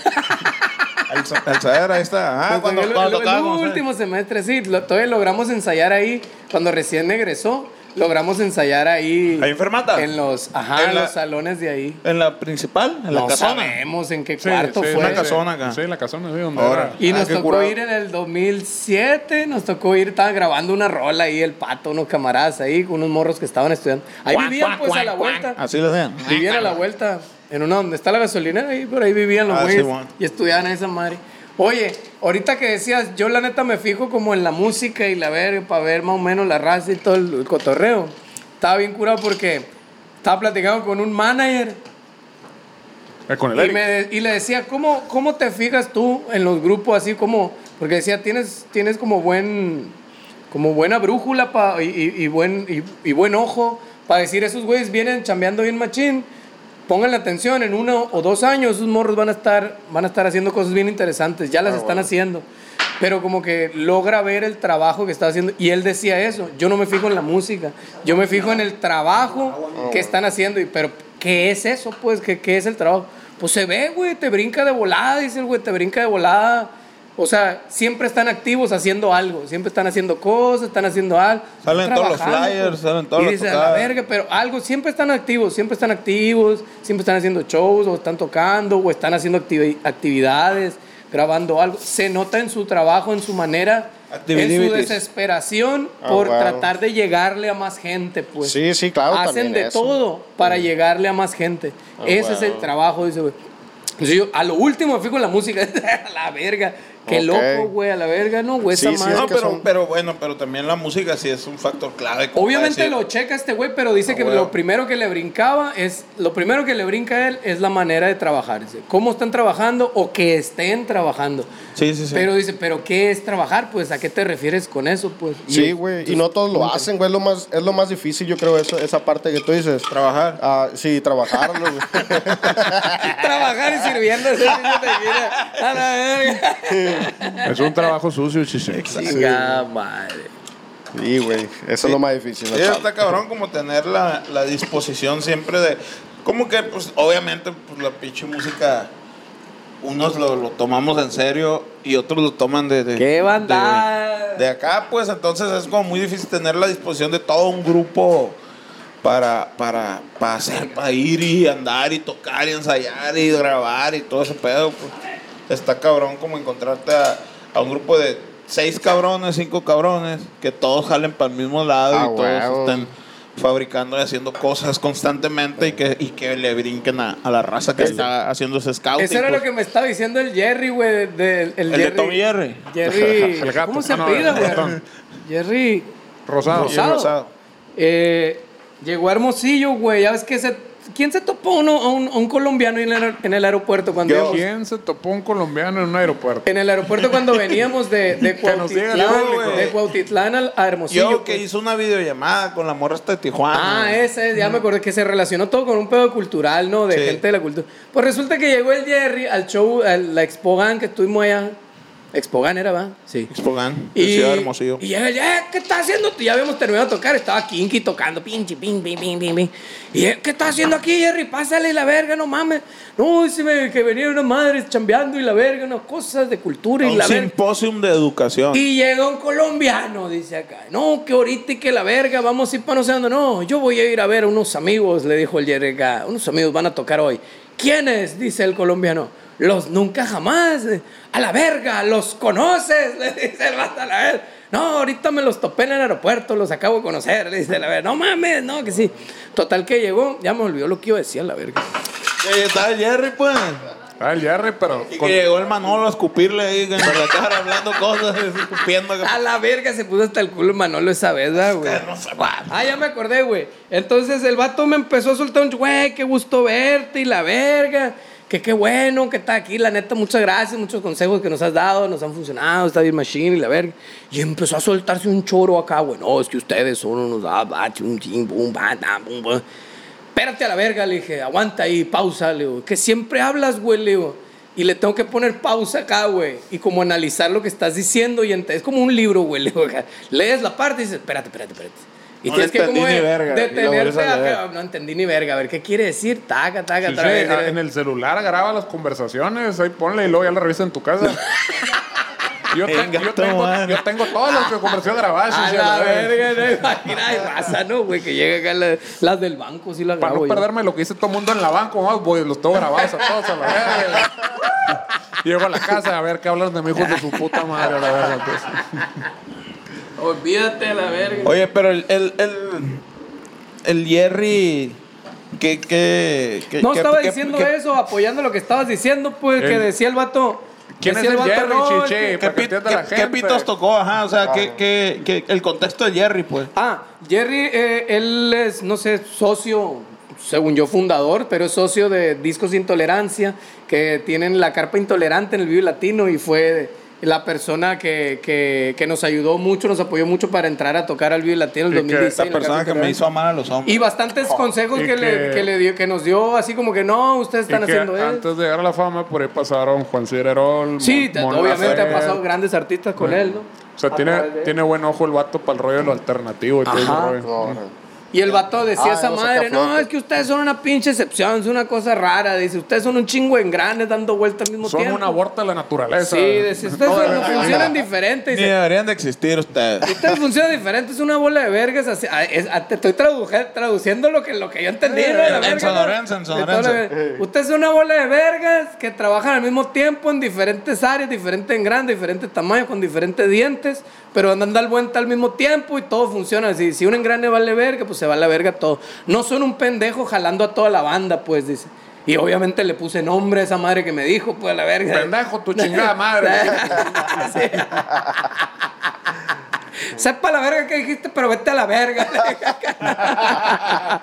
Speaker 3: El, sa- el saber, ahí está. Ah,
Speaker 2: Nos
Speaker 3: cuando,
Speaker 2: tocó Pues, el-
Speaker 3: cuando
Speaker 2: el, el
Speaker 3: tocábamos, eh.
Speaker 2: último semestre, sí. lo- todavía logramos ensayar ahí. Cuando recién egresó, logramos ensayar ahí.
Speaker 3: ¿Ahí en Fermata?
Speaker 2: En los, ajá,
Speaker 3: En
Speaker 2: en
Speaker 3: la-
Speaker 2: los salones de ahí.
Speaker 3: eh, En la principal, en la
Speaker 2: no
Speaker 3: casona.
Speaker 2: sabemos en qué cuarto
Speaker 1: sí,
Speaker 2: fue.
Speaker 3: una casona acá.
Speaker 1: Sí, la casona, sí, donde
Speaker 3: Ahora.
Speaker 1: era.
Speaker 2: Y
Speaker 3: Ah,
Speaker 2: nos
Speaker 3: qué
Speaker 2: tocó
Speaker 3: curado.
Speaker 2: ir en el 2007, nos tocó ir, estaba grabando una rola ahí, el pato, unos camaradas ahí, con unos morros que estaban estudiando. Ahí vivían pues a la vuelta.
Speaker 3: Así lo hacían.
Speaker 2: Vivían a la vuelta, en una donde está la gasolinera, ahí por ahí vivían los
Speaker 3: Ah,
Speaker 2: güeyes
Speaker 3: Simón.
Speaker 2: y estudiaban a esa madre. Oye, ahorita que decías, yo la neta me fijo como en la música y la verga para ver más o menos la raza y todo el, el cotorreo. Estaba bien curado porque estaba platicando con un manager
Speaker 1: Eh, Con el
Speaker 2: y,
Speaker 1: Eric.
Speaker 2: me de- y le decía, ¿cómo, ¿cómo te fijas tú en los grupos así como? Porque decía, tienes, tienes como buen, como buena brújula pa- y, y- y buen, y, y buen ojo para decir, esos güeyes vienen chambeando bien machín, pongan la atención, en uno o dos años esos morros van a estar, van a estar haciendo cosas bien interesantes, ya las están haciendo. Pero como que logra ver el trabajo que está haciendo. Y él decía eso, yo no me fijo en la música, yo me fijo en el trabajo que están haciendo. Y, pero, ¿qué es eso? Pues, ¿qué, qué es el trabajo? Pues se ve, güey, te brinca de volada, dice el güey, te brinca de volada. O sea, siempre están activos haciendo algo, siempre están haciendo cosas, están haciendo algo.
Speaker 3: Salen
Speaker 2: están
Speaker 3: todos los
Speaker 2: trabajando,
Speaker 3: flyers, salen todas
Speaker 2: Y
Speaker 3: las
Speaker 2: dice, a la
Speaker 3: tocadas".
Speaker 2: verga, pero algo, siempre están activos, siempre están activos, siempre están haciendo shows, o están tocando, o están haciendo activi- actividades, grabando algo. Se nota en su trabajo, en su manera, en su
Speaker 3: Activities.
Speaker 2: desesperación
Speaker 4: Ah,
Speaker 2: por
Speaker 4: wow.
Speaker 2: tratar de llegarle a más gente, pues.
Speaker 4: Sí, sí, claro,
Speaker 2: Hacen
Speaker 4: también
Speaker 2: de
Speaker 4: eso. Mm.
Speaker 2: todo para llegarle a más gente.
Speaker 4: Ah,
Speaker 2: Ese es
Speaker 4: wow.
Speaker 2: Pues el trabajo, dice, güey. Entonces yo, a lo último me fui con la música, a la verga. Qué
Speaker 4: Ok.
Speaker 2: loco, güey, a la verga, ¿no? Güey,
Speaker 4: Sí,
Speaker 2: esa
Speaker 4: sí,
Speaker 2: madre.
Speaker 4: es
Speaker 3: No,
Speaker 4: que
Speaker 3: pero,
Speaker 4: son-
Speaker 3: pero bueno, pero también la música sí es un factor clave. como
Speaker 2: Obviamente
Speaker 3: para
Speaker 2: lo
Speaker 3: decir,
Speaker 2: checa este güey, pero dice
Speaker 3: Ah,
Speaker 2: que
Speaker 3: güey.
Speaker 2: lo primero que le brincaba es, lo primero que le brinca a él es la manera de trabajar. dice, cómo están trabajando o que estén trabajando.
Speaker 3: Sí, sí, sí.
Speaker 2: Pero dice, pero ¿qué es trabajar? Pues, ¿a qué te refieres con eso? Pues.
Speaker 4: Sí, güey. Y no todos lo hacen, güey. Es lo más, es lo más difícil, yo creo, eso, esa parte que tú dices.
Speaker 3: Trabajar.
Speaker 4: Ah, sí, trabajarlo, güey.
Speaker 2: trabajar y sirviendo. ese niño te quiera. A la verga.
Speaker 1: Es un trabajo sucio, chiche.
Speaker 2: Chingada madre.
Speaker 4: Sí, güey. Eso es lo más
Speaker 2: pues,
Speaker 4: difícil.
Speaker 3: Sí,
Speaker 4: ¿no?
Speaker 3: está cabrón como tener la, la disposición siempre de... Como que, pues, obviamente, pues, la pinche música... Unos lo, lo tomamos en serio y otros lo toman de... de-
Speaker 2: ¡Qué
Speaker 3: de,
Speaker 2: banda!
Speaker 3: de acá, pues, entonces es como muy difícil tener la disposición de todo un grupo para, para, para hacer, para ir y andar y tocar y ensayar y grabar y todo ese pedo, pues. Está cabrón como encontrarte a, a un grupo de seis cabrones, cinco cabrones, que todos jalen para el mismo lado
Speaker 4: Ah,
Speaker 3: y todos
Speaker 4: huevo.
Speaker 3: estén fabricando y haciendo cosas constantemente y que, y que le brinquen a, a la raza que está haciendo ese scouting.
Speaker 2: Eso era
Speaker 3: pues.
Speaker 2: lo que me estaba diciendo el Jerry, güey. de- de- el
Speaker 3: El
Speaker 2: Jerry.
Speaker 3: de Tommy Jerry.
Speaker 2: Jerry.
Speaker 1: El gato.
Speaker 2: ¿Cómo se
Speaker 1: Ah, no,
Speaker 2: apellida,
Speaker 1: el
Speaker 2: güey?
Speaker 1: ratón.
Speaker 2: Jerry.
Speaker 1: Rosado.
Speaker 2: Rosado. Eh, llegó a Hermosillo, güey. Ya ves que se. ¿Quién se topó uno, a, un, a un colombiano en el, aer- en el aeropuerto cuando
Speaker 3: Yo.
Speaker 2: íbamos-
Speaker 1: ¿Quién se topó un colombiano en un aeropuerto?
Speaker 2: En el aeropuerto cuando veníamos de, de
Speaker 1: Que nos diga el
Speaker 2: Cuautitlán,
Speaker 3: público.
Speaker 2: de Cuautitlán al- a Hermosillo.
Speaker 3: Yo que
Speaker 2: pues.
Speaker 3: hizo una videollamada con la morra hasta de Tijuana.
Speaker 2: Ah, ese, ya me acordé que se relacionó todo con un pedo cultural, ¿no? De
Speaker 3: Sí.
Speaker 2: gente de la cultura. Pues resulta que llegó el Jerry al show, a la Expogan que estuvimos allá. Expogan era, ¿va? Sí.
Speaker 3: Expogán, de
Speaker 2: Y,
Speaker 3: Ciudad Hermosillo.
Speaker 2: y ya, ya, ¿qué está haciendo? tú? Ya habíamos terminado de tocar, estaba Kinky tocando, pinche, pin, pin, pin, pin, pin. Y eh, ¿qué está haciendo aquí, Jerry? Pásale la verga, no mames. No, dice me- que venía una madre chambeando y la verga, unas cosas de cultura y
Speaker 3: un
Speaker 2: la verga.
Speaker 3: simposium de educación.
Speaker 2: Y llega un colombiano, dice acá. No, que ahorita y que la verga, vamos a ir para no sé dónde. No, yo voy a ir a ver a unos amigos, le dijo el Jerry acá. Unos amigos van a tocar hoy. ¿Quiénes? Dice el colombiano. Los nunca jamás. eh, A la verga, los conoces, le dice el vato a la verga. No, ahorita me los topé en el aeropuerto, los acabo de conocer, le dice la verga. No mames, no, que sí. Total que llegó, ya me olvidó lo que iba a decir a la verga.
Speaker 3: Ahí está el Jerry, pues.
Speaker 1: Ah, el Jerry, pero.
Speaker 3: Y
Speaker 1: con-
Speaker 3: que llegó el Manolo a escupirle ahí en la cara, hablando cosas, escupiendo.
Speaker 2: A la verga se puso hasta el culo Manolo esa vez, ¿verdad, güey.
Speaker 3: No sé, va.
Speaker 2: Ah, ya me acordé, güey. Entonces el vato me empezó a soltar un, güey, qué gusto verte y la verga. Que qué bueno que está aquí, la neta, muchas gracias, muchos consejos que nos has dado, nos han funcionado, está bien machine y la verga. Y empezó a soltarse un choro acá, güey, no, es que ustedes son unos, ah, bah, chum, chim, bum, bah, da, bum, bah. Espérate a la verga, le dije, aguanta ahí, pausa, le digo, que siempre hablas, güey, le digo. Y le tengo que poner pausa acá, güey, y como analizar lo que estás diciendo, y ent- es como un libro, güey, le digo, acá. lees la parte y dices, espérate, espérate, espérate. Y
Speaker 3: No
Speaker 2: tienes
Speaker 3: le
Speaker 2: que como
Speaker 3: entendí
Speaker 2: de-
Speaker 3: ni verga, y lo vuelves
Speaker 2: detenerte
Speaker 3: a
Speaker 2: a que,
Speaker 3: leer.
Speaker 2: "Ah, no entendí ni verga, a ver qué quiere decir, taca, taca,
Speaker 1: Sí,
Speaker 2: otra
Speaker 1: sí,
Speaker 2: vez.
Speaker 1: ah, en el celular graba las conversaciones, ahí ponle y luego ya la revisa en tu casa. yo, te-
Speaker 3: Venga,
Speaker 1: yo tengo,
Speaker 3: toma.
Speaker 1: yo tengo todas las que conversaciones grabadas.
Speaker 2: A
Speaker 1: sí,
Speaker 2: la
Speaker 1: a la vez.
Speaker 2: verga, no imagina de raza, ¿no, güey? Que llega acá la- las del banco, sí las
Speaker 1: Para
Speaker 2: grabo
Speaker 1: no
Speaker 2: yo.
Speaker 1: perderme lo que dice todo el mundo en la banca, vamos, voy, los tengo grabados a todos a la verga. Llego a la casa a ver qué hablan de mi hijo de su puta madre a la verga. pues.
Speaker 2: Olvídate de la verga.
Speaker 3: Oye, pero el, el, el, el Jerry. ¿Qué, qué,
Speaker 1: Eh,
Speaker 3: qué-
Speaker 2: No
Speaker 3: qué-
Speaker 2: estaba
Speaker 3: qué-
Speaker 2: diciendo
Speaker 3: qué-
Speaker 2: eso, apoyando lo que estabas diciendo, pues, que
Speaker 1: El-
Speaker 2: decía el vato.
Speaker 1: ¿Quién
Speaker 2: decía
Speaker 1: es el Jerry,
Speaker 2: no,
Speaker 1: chiche?
Speaker 2: que-
Speaker 1: Para que
Speaker 3: ¿Qué, pit-
Speaker 1: entienda la
Speaker 3: qué- qué
Speaker 1: gente.
Speaker 3: pitos tocó? Ajá, o sea, ¿qué, qué, qué- el contexto de Jerry, pues.
Speaker 2: Ah, Jerry, eh, él es, no sé, socio, según yo, fundador, pero es socio de Discos Intolerancia, que tienen la carpa intolerante en el Vive Latino y fue la persona que, que- que nos ayudó mucho, nos apoyó mucho para entrar a tocar al Vive Latino en el
Speaker 1: Y que Oh,
Speaker 2: 2016.
Speaker 3: Esa
Speaker 2: en la
Speaker 3: persona
Speaker 2: Carpa
Speaker 3: que me
Speaker 2: Intolerante.
Speaker 3: hizo amar a los hombres.
Speaker 2: Y bastantes consejos
Speaker 1: y
Speaker 2: que, le,
Speaker 1: que-
Speaker 2: que le dio, que nos dio, así como que no, ustedes
Speaker 1: Y
Speaker 2: están
Speaker 1: que
Speaker 2: haciendo esto.
Speaker 1: antes de llegar a la fama, por ahí pasaron Juan Cirerol.
Speaker 2: Sí,
Speaker 1: Mon- Mon
Speaker 2: obviamente ha
Speaker 1: Laferte.
Speaker 2: pasado grandes artistas con él, ¿no?
Speaker 1: O sea,
Speaker 2: A
Speaker 1: tiene,
Speaker 2: través de él.
Speaker 1: tiene buen ojo el vato para el rollo de lo alternativo y todo ese
Speaker 2: Ajá.
Speaker 1: rollo.
Speaker 4: No, no.
Speaker 2: Y el vato decía
Speaker 4: Ah,
Speaker 2: esa
Speaker 4: lo saca
Speaker 2: madre,
Speaker 4: a
Speaker 2: no,
Speaker 4: flote".
Speaker 2: es que ustedes son una pinche excepción, es una cosa rara. Dice, ustedes son un chingo en granes dando vueltas al mismo
Speaker 1: Son
Speaker 2: tiempo.
Speaker 1: un aborto de la naturaleza.
Speaker 2: Sí, dice, ustedes
Speaker 1: No, de
Speaker 2: son-
Speaker 1: verdad.
Speaker 2: funcionan diferente.
Speaker 3: Ni
Speaker 2: Dice,
Speaker 3: deberían de existir ustedes.
Speaker 2: ustedes funcionan diferente, es una bola de vergas. así- a- es- a- te estoy tradu- traduciendo lo que, lo que yo entendí. ¿no? La
Speaker 3: en
Speaker 2: verga, ¿no?
Speaker 3: sonorense, en
Speaker 2: De toda la
Speaker 3: sonorense.
Speaker 2: verga. Ustedes son una bola de vergas que trabajan al mismo tiempo en diferentes áreas, diferentes en grande, diferentes tamaños, con diferentes dientes, pero andan al vuelta al mismo tiempo y todo funciona. Si, si un engrane vale verga, pues se va a la verga todo. No son un pendejo jalando a toda la banda, pues dice. Y obviamente le puse nombre a esa madre que me dijo, pues a la verga.
Speaker 1: Pendejo, tu chingada madre.
Speaker 2: Sí. Sepa la verga que dijiste, pero vete a la verga.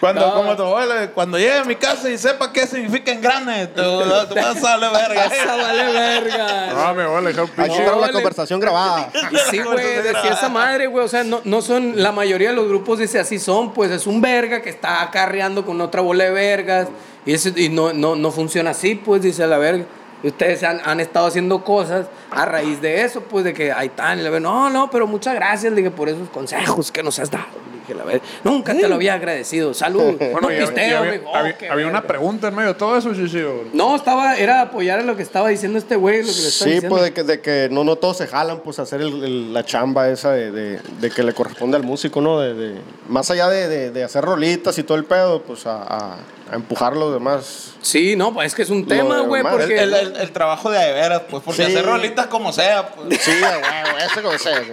Speaker 3: Cuando,
Speaker 2: No.
Speaker 3: como tu abuela, cuando llegue a mi casa y sepa qué significa engrane, te, te vas a la verga.
Speaker 2: Esa vale verga.
Speaker 1: No, Ah, me voy a alejar un
Speaker 4: Aquí
Speaker 1: pinche.
Speaker 4: está la
Speaker 2: vale.
Speaker 4: conversación grabada.
Speaker 2: Sí, güey, decía esa madre, güey. O sea, no, no son. La mayoría de los grupos dice así son, pues es un verga que está acarreando con otra bola de vergas. Y, eso- y no, no, no funciona así, pues, dice la verga. Y ustedes han, han estado haciendo cosas a raíz de eso, pues, de que ahí están. Y la verga, no, no, pero muchas gracias, le dije, por esos consejos que nos has dado. Le dije, la verga, nunca te lo había agradecido. Salud. no
Speaker 1: Bueno, y hab- y
Speaker 2: pisteo,
Speaker 1: había,
Speaker 2: me dijo, oh,
Speaker 1: había-
Speaker 2: qué
Speaker 1: había una
Speaker 2: verga.
Speaker 1: pregunta en medio de todo eso, sí, sí. o-
Speaker 2: No, estaba, era apoyar a lo que estaba diciendo este güey, lo que le estaba
Speaker 4: Sí,
Speaker 2: diciendo.
Speaker 4: pues de que, de que no, no todos se jalan pues a hacer el- el- la chamba esa de, de- de que le corresponde al músico, ¿no? De, de- más allá de, de- de hacer rolitas y todo el pedo, pues a, a, a empujar los demás.
Speaker 2: Sí, no, pues es que es un
Speaker 4: Lo
Speaker 2: tema, güey,
Speaker 4: demás.
Speaker 3: El,
Speaker 2: porque...
Speaker 3: el- el- el trabajo de a de veras, pues, porque
Speaker 4: Sí.
Speaker 3: hacer rolitas como sea, pues.
Speaker 4: Sí, a huevo, ese con ese. güey.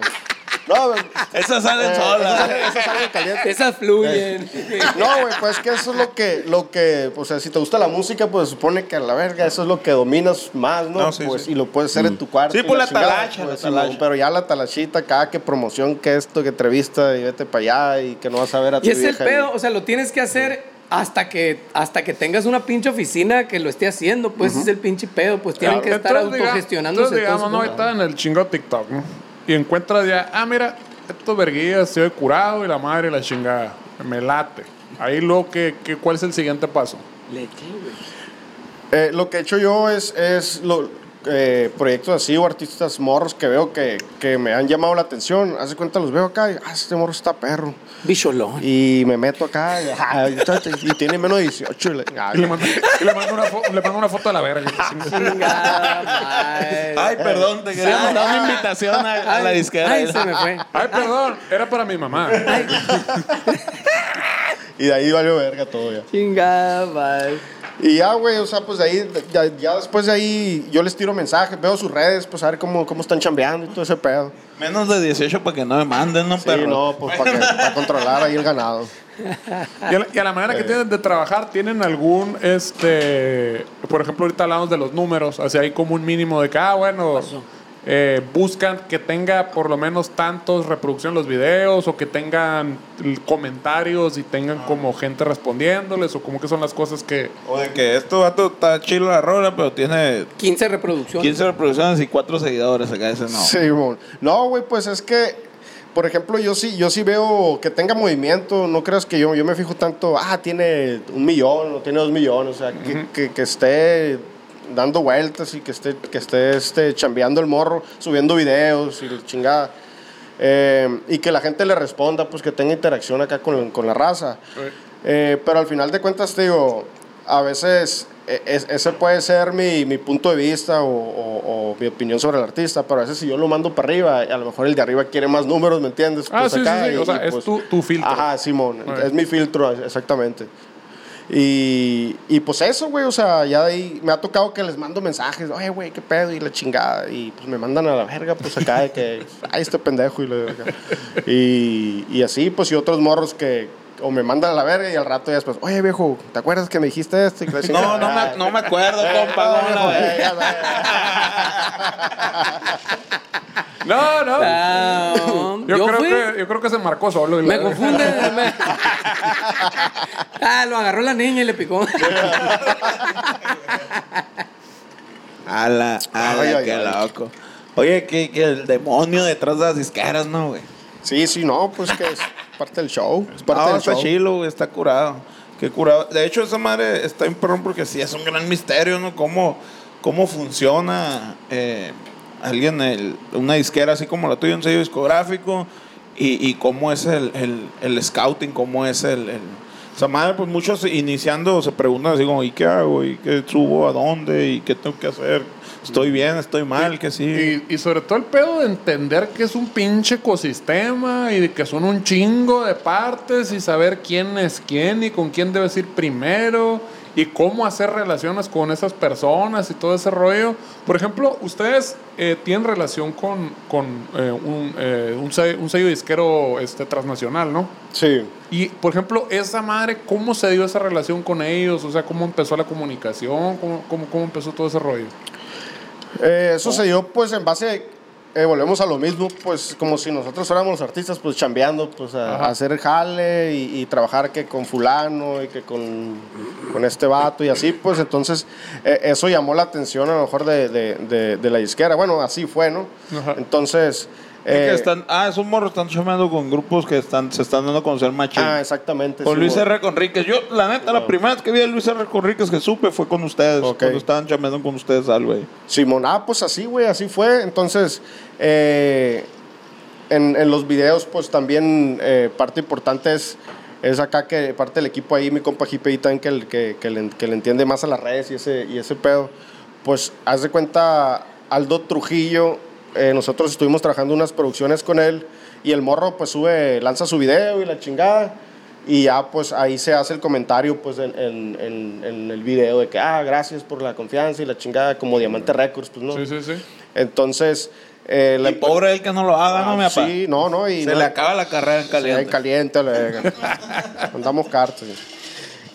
Speaker 4: No, güey,
Speaker 3: Esas salen
Speaker 4: eh,
Speaker 3: solas.
Speaker 4: eso sale- eso sale caliente.
Speaker 2: Esas fluyen.
Speaker 4: No, güey, pues que eso es lo que, lo que, o sea, si te gusta la música, pues supone que a la verga, eso es lo que dominas más, ¿no?
Speaker 3: No, sí,
Speaker 4: pues,
Speaker 3: sí.
Speaker 4: Y lo puedes hacer en tu cuarto.
Speaker 3: Sí,
Speaker 4: y
Speaker 3: pues, la
Speaker 4: chingada,
Speaker 3: talacha, la
Speaker 4: Simón,
Speaker 3: talacha.
Speaker 4: pero ya la talachita, cada que promoción, que esto, que entrevista, y vete para allá, y que no vas a ver a tu
Speaker 2: Y es el
Speaker 4: vieja,
Speaker 2: pedo, o sea, lo tienes que hacer hasta que hasta que tengas una pinche oficina que lo esté haciendo, pues es el pinche pedo, pues tienen que estar
Speaker 1: Entonces, diga-
Speaker 2: autogestionándose.
Speaker 1: Entonces, digamos,
Speaker 2: todos,
Speaker 1: no,
Speaker 2: ¿no?
Speaker 1: está en el chingo TikTok, ¿no? Y encuentras ya, ah, mira, estos verguillas se ve curado y la madre y la chingada. Me late. Ahí lo que, que- ¿cuál es el siguiente paso?
Speaker 4: Eh, lo que he hecho yo es, es lo- eh, proyectos así o artistas morros que veo que, que me han llamado la atención. Hace cuenta, los veo acá y, ah, este morro está perro.
Speaker 2: Bicholón.
Speaker 4: Y me meto acá y, "Ah, muchacho, y tiene menos de 18. y le- ah,
Speaker 1: Y le mando, y le mando una, fo- le mando una foto a la verga.
Speaker 2: Chingada madre.
Speaker 4: eh,
Speaker 3: Ay, perdón, te quería mandar una invitación a, a la
Speaker 2: Ay,
Speaker 3: disquera.
Speaker 2: Ay, se me fue.
Speaker 1: Ay, perdón, era para mi mamá.
Speaker 4: y de ahí valió verga todo ya.
Speaker 2: Chingada madre.
Speaker 4: Y ya, güey, o sea, pues de ahí, ya, ya después de ahí, yo les tiro mensajes, veo sus redes, pues a ver cómo, cómo están chambeando y todo ese pedo.
Speaker 3: Menos de 18 para que no me manden, ¿no,
Speaker 4: Sí,
Speaker 3: perro?
Speaker 4: no, pues para, que- para controlar ahí el ganado.
Speaker 1: Y a, la, y a la manera que
Speaker 2: Eh.
Speaker 1: tienen de trabajar, ¿tienen algún, este, por ejemplo, ahorita hablamos de los números, o sea, hay como un mínimo de que, ah, bueno, eh, buscan que tenga por lo menos tantos reproducción los videos o que tengan l- comentarios y tengan como
Speaker 2: Ah.
Speaker 1: gente respondiéndoles o como que son las cosas que...
Speaker 3: O de que esto vato está chilo la rola, pero tiene
Speaker 2: 15 reproducciones.
Speaker 3: 15 reproducciones y 4 seguidores acá. Ese no.
Speaker 4: Sí, mon. No, güey, pues es que, por ejemplo, yo sí, yo sí veo que tenga movimiento. No creas que yo, yo me fijo tanto, ah, tiene un millón o tiene dos millones. O sea, que- que, que esté dando vueltas y que esté, que esté este, chambeando el morro, subiendo videos y la chingada. Eh, y que la gente le responda, pues que tenga interacción acá con, con la raza. Eh, pero al final de cuentas, te digo, a veces e- es- ese puede ser mi, mi punto de vista o, o- o mi opinión sobre el artista, pero a veces si yo lo mando para arriba, a lo mejor el de arriba quiere más números, ¿me entiendes? Pues
Speaker 1: Ah, sí, sí, sí, o sea, es tu- tu filtro.
Speaker 4: Ajá, Simón,
Speaker 1: Ok.
Speaker 4: es mi filtro, exactamente. Y, y pues eso, güey, o sea, ya de ahí me ha tocado que les mando mensajes, oye, güey, qué pedo, y la chingada, y pues me mandan a la verga, pues acá de que, ay, este pendejo, y la verga. Y, y así, pues, y otros morros que o me mandan a la verga y al rato ya después, oye, viejo, ¿te acuerdas que me dijiste esto? Y la
Speaker 3: No,
Speaker 4: chingada.
Speaker 3: no me, no me acuerdo,
Speaker 4: Eh,
Speaker 3: compa.
Speaker 4: no,
Speaker 3: no, la
Speaker 4: viejo,
Speaker 3: verga.
Speaker 4: eh, ya sabes.
Speaker 1: No, no.
Speaker 2: No,
Speaker 1: yo,
Speaker 2: Ah. yo
Speaker 1: creo
Speaker 2: fui.
Speaker 1: que, yo creo que se marcó solo. y la
Speaker 2: Me
Speaker 1: verga.
Speaker 2: confunde. me- Ah, lo agarró la niña y le picó.
Speaker 3: A la, a la,
Speaker 4: Ay, ay,
Speaker 3: qué
Speaker 4: ay.
Speaker 3: loco. Oye, que, que el demonio detrás de las discaras, ¿no, güey?
Speaker 4: Sí, sí, no, pues que es parte del show, es parte
Speaker 3: No,
Speaker 4: del
Speaker 3: está
Speaker 4: show.
Speaker 3: chilo, güey, está curado. Qué curado. De hecho, esa madre está en perrón porque sí es un gran misterio, ¿no? Cómo, cómo funciona eh, alguien, el- una disquera así como la tuya, un sello discográfico, y, y cómo es el, el- el scouting, cómo es el, el- Esa madre, pues muchos iniciando se preguntan así como, ¿y qué hago? ¿Y qué subo? ¿A dónde? ¿Y qué tengo que hacer? ¿Estoy bien? ¿Estoy mal? ¿Qué sí?
Speaker 1: Y, y sobre todo el pedo de entender que es un pinche ecosistema y de que son un chingo de partes y saber quién es quién y con quién debes ir primero y cómo hacer relaciones con esas personas y todo ese rollo. Por ejemplo, ustedes eh, tienen relación con, con eh, un, eh, un, se- un sello disquero este, transnacional, ¿no?
Speaker 4: Sí.
Speaker 1: Y, por ejemplo, esa madre, ¿cómo se dio esa relación con ellos? O sea, ¿cómo empezó la comunicación? ¿Cómo, cómo, cómo empezó todo ese rollo?
Speaker 4: Eh, eso se dio pues en base, eh, volvemos a lo mismo, pues como si nosotros fuéramos los artistas, pues chambeando, pues a,
Speaker 1: Ajá.
Speaker 4: a hacer jale y, y trabajar que con fulano y que con, con este vato y así, pues entonces eh, eso llamó la atención a lo mejor de, de- de- de la disquera, bueno, así fue, ¿no?
Speaker 1: Ajá.
Speaker 4: Entonces...
Speaker 3: Que
Speaker 4: eh,
Speaker 3: están, ah, esos morros están chameando con grupos que están, se están dando a conocer machín.
Speaker 4: ah, exactamente.
Speaker 3: con
Speaker 4: sí,
Speaker 3: Luis
Speaker 4: mo-
Speaker 3: R. Conríquez. Yo, la neta, la primera vez que vi a Luis R. Conríquez que supe fue con ustedes.
Speaker 4: Ok.
Speaker 3: Cuando estaban chameando con ustedes al güey.
Speaker 4: Simón, ah, pues así, güey, así fue. Entonces, eh, en, en los videos, pues también eh, parte importante es, es acá que parte del equipo ahí, mi compa JPI también, que, el- que, que le, que le entiende más a las redes y ese, y ese pedo. Pues, haz de cuenta, Aldo Trujillo, eh, nosotros estuvimos trabajando unas producciones con él y el morro, pues, sube, lanza su video y la chingada. Y ya pues ahí se hace el comentario pues en, en- en- en el video de que, ah, gracias por la confianza y la chingada, como Diamante Records, pues no.
Speaker 1: Sí, sí, sí.
Speaker 4: Entonces, eh, la-
Speaker 3: Y pobre él que no lo haga, Ah, no me apa.
Speaker 4: Ah, Sí, no, no. Y
Speaker 3: Se
Speaker 4: no-
Speaker 3: le acaba la carrera en
Speaker 4: se ve
Speaker 3: caliente.
Speaker 4: caliente, la verga. Andamos cartas.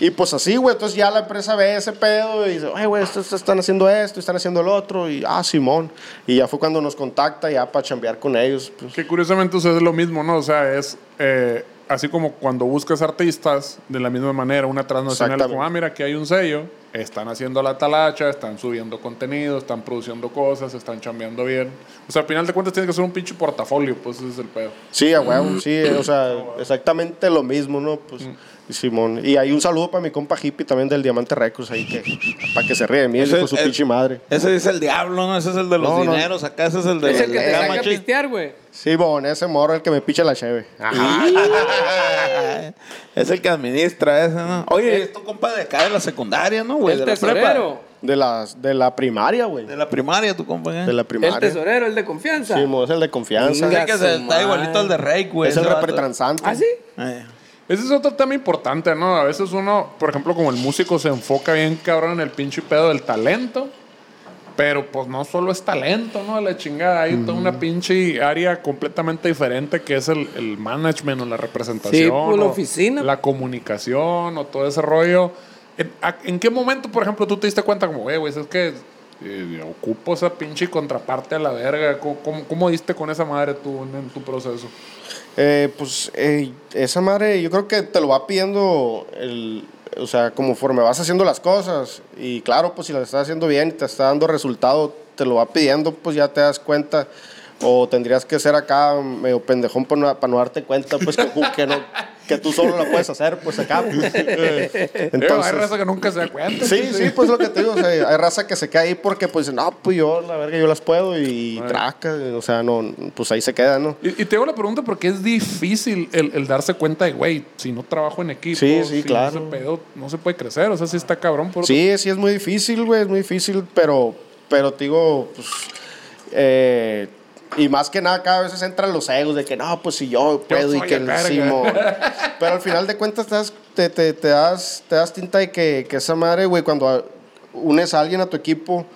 Speaker 4: Y pues así, güey, entonces ya la empresa ve ese pedo y dice, ay, güey, estos estos están haciendo esto, están haciendo el otro, y ah, Simón. Y ya fue cuando nos contacta ya para chambear con ellos. pues.
Speaker 1: Que curiosamente o sea, es lo mismo, ¿no? O sea, es eh, así como cuando buscas artistas, de la misma manera, una transnacional
Speaker 4: Exactamente.
Speaker 1: como, ah, mira, aquí hay un sello, están haciendo la talacha, están subiendo contenido, están produciendo cosas, están chambeando bien. O sea, al final de cuentas tienes que hacer un pinche portafolio, pues ese es el pedo.
Speaker 4: Sí, a huevo, sí, o sea, exactamente lo mismo, ¿no? Pues,
Speaker 3: Mm.
Speaker 4: Simón. Y hay un saludo para mi compa hippie también del Diamante Records ahí, que, para que se ríe de mí,
Speaker 3: Ese
Speaker 4: con
Speaker 3: es-
Speaker 4: su
Speaker 3: es-
Speaker 4: pinche madre.
Speaker 3: Ese es el diablo, ¿no? Ese es el de los
Speaker 4: No, no.
Speaker 3: dineros. Acá ese es el de
Speaker 2: Es el que te
Speaker 3: acá,
Speaker 2: saca a
Speaker 3: machín.
Speaker 2: pistear, güey.
Speaker 4: Simón, ese morro el que me picha la cheve. Ajá.
Speaker 3: Es el que administra ese, ¿no? Oye, es tu compa de acá de la secundaria, ¿no, güey?
Speaker 2: El
Speaker 3: De la prepa.
Speaker 2: tesorero.
Speaker 4: De, las, de la primaria, güey.
Speaker 3: De la primaria, tu compa. ¿eh?
Speaker 4: De la
Speaker 2: El
Speaker 4: primaria.
Speaker 2: tesorero, el de confianza.
Speaker 4: Simón, es el de confianza.
Speaker 3: Es el que
Speaker 2: Su
Speaker 3: se está
Speaker 2: madre.
Speaker 3: igualito al de Rey, güey.
Speaker 4: es el
Speaker 3: ese vato.
Speaker 4: repertransante.
Speaker 2: ¿Ah, sí?
Speaker 3: Eh.
Speaker 1: Ese es otro tema importante, ¿no? A veces uno, por ejemplo, como el músico se enfoca bien cabrón en el pinche pedo del talento, pero pues no solo es talento, ¿no? La chingada, hay toda una pinche área completamente diferente que es el, el management o la representación.
Speaker 2: Sí, pues, la
Speaker 1: o
Speaker 2: oficina.
Speaker 1: La comunicación o todo ese rollo. ¿En, a- en qué momento, por ejemplo, tú te diste cuenta como, "Eh, güey, es que eh, ocupo esa pinche contraparte a la verga? ¿Cómo, cómo, cómo diste con esa madre tú en, en tu proceso?
Speaker 4: Eh, pues eh, esa madre, yo creo que te lo va pidiendo, el, o sea, conforme vas haciendo las cosas. Y claro, pues si las estás haciendo bien y te está dando resultado, te lo va pidiendo, pues ya te das cuenta. O tendrías que ser acá medio pendejón para no, pa' no darte cuenta, pues que, que no, que tú solo lo puedes hacer, pues acá. pues.
Speaker 1: Entonces, hay raza que nunca se da cuenta.
Speaker 4: Sí, sí, pues lo que te digo, o sea, hay raza que se queda ahí porque pues dicen, no, pues yo la verga yo las puedo y traca, o sea, no, pues ahí se queda, ¿no?
Speaker 1: Y, y te hago la pregunta porque es difícil el, el darse cuenta de, güey, si no trabajo en equipo,
Speaker 4: Sí,
Speaker 1: si
Speaker 4: sí, claro.
Speaker 1: no, se pedo, no se puede crecer. O sea, si está cabrón. Por
Speaker 4: Sí, sí es muy difícil, güey, es muy difícil, pero, pero te digo, pues, eh, y más que nada cada veces entran los egos de que no, pues si yo puedo y
Speaker 1: soy
Speaker 4: que
Speaker 1: el
Speaker 4: el
Speaker 1: verga.
Speaker 4: Simón. Pero al final de cuentas te das, te, te- te das, te das tinta de que, que esa madre, güey, cuando a- unes a alguien a tu equipo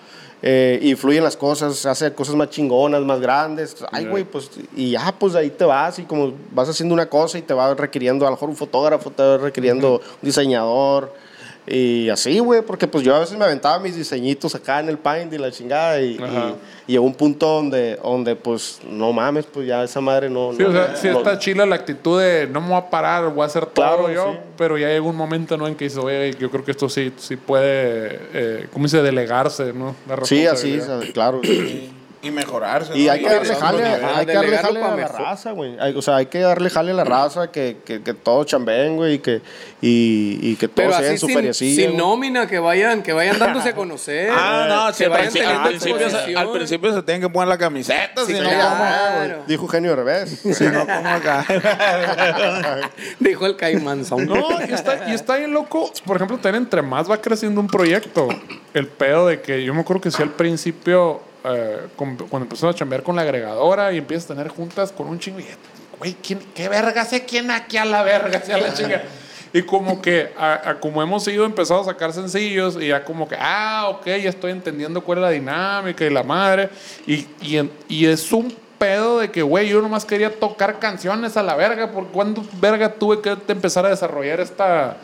Speaker 4: eh, y fluyen las cosas, hace cosas más chingonas, más grandes, ay, güey, pues, y ya, pues ahí te vas y como vas haciendo una cosa y te va requiriendo a lo mejor un fotógrafo, te va requiriendo un diseñador. Y así, güey, porque pues yo a veces me aventaba mis diseñitos acá en el Paint y la chingada y, y- y llegó un punto donde, donde pues no mames, pues ya esa madre no...
Speaker 1: Sí,
Speaker 4: no-
Speaker 1: o sea,
Speaker 4: no-
Speaker 1: sí está chila la actitud de no me voy a parar, voy a hacer todo
Speaker 4: Claro,
Speaker 1: yo,
Speaker 4: sí.
Speaker 1: pero ya llega un momento ¿no? en que dices, oye, yo creo que esto sí, sí puede, eh, ¿cómo dice? Delegarse, ¿no? La
Speaker 4: Sí, así,
Speaker 1: responsabilidad.
Speaker 4: sabe, claro.
Speaker 3: Y mejorarse.
Speaker 4: Y
Speaker 3: ¿no?
Speaker 4: hay que darle
Speaker 3: regresando al
Speaker 4: jale,
Speaker 3: nivel.
Speaker 2: nivel.
Speaker 4: hay que darle
Speaker 2: Delegarlo
Speaker 4: jale
Speaker 2: pa'
Speaker 4: a la
Speaker 2: mejor.
Speaker 4: raza, güey. Hay- O sea, hay que darle jale a la raza, que, que, que todos chambeen, güey, y que, y, y que
Speaker 2: Pero
Speaker 4: todos
Speaker 2: así
Speaker 4: sean su
Speaker 2: sin,
Speaker 4: feriecilla,
Speaker 2: sin
Speaker 4: güey.
Speaker 2: nómina, que vayan, que vayan dándose a conocer.
Speaker 3: Ah, no,
Speaker 2: que
Speaker 3: sí, al
Speaker 2: vayan
Speaker 3: principio, al,
Speaker 2: teniendo
Speaker 3: principio se, al
Speaker 2: exposición.
Speaker 3: principio se tienen que poner la
Speaker 2: Sí,
Speaker 3: camiseta, si no,
Speaker 4: Ya,
Speaker 3: ¿cómo?
Speaker 2: Claro.
Speaker 4: güey. Dijo Genio Revés.
Speaker 3: Si no, ¿cómo acá?
Speaker 2: Dijo el Caimán Sound.
Speaker 1: No, y está, y está bien loco. Por ejemplo, también entre más va creciendo un proyecto, el pedo de que yo me acuerdo que sí al principio, eh, con- cuando empezó a chambear con la agregadora y empiezas a tener juntas con un chingo, y, güey, ¿quién, ¿qué verga sé quién aquí a la verga? Sea la chinga. Y como que, a, a como hemos ido empezando a sacar sencillos, y ya como que, ah, ok, ya estoy entendiendo cuál es la dinámica y la madre. Y, y, en- y es un pedo de que, güey, yo nomás quería tocar canciones a la verga. ¿Por cuándo verga tuve que te empezar a desarrollar esta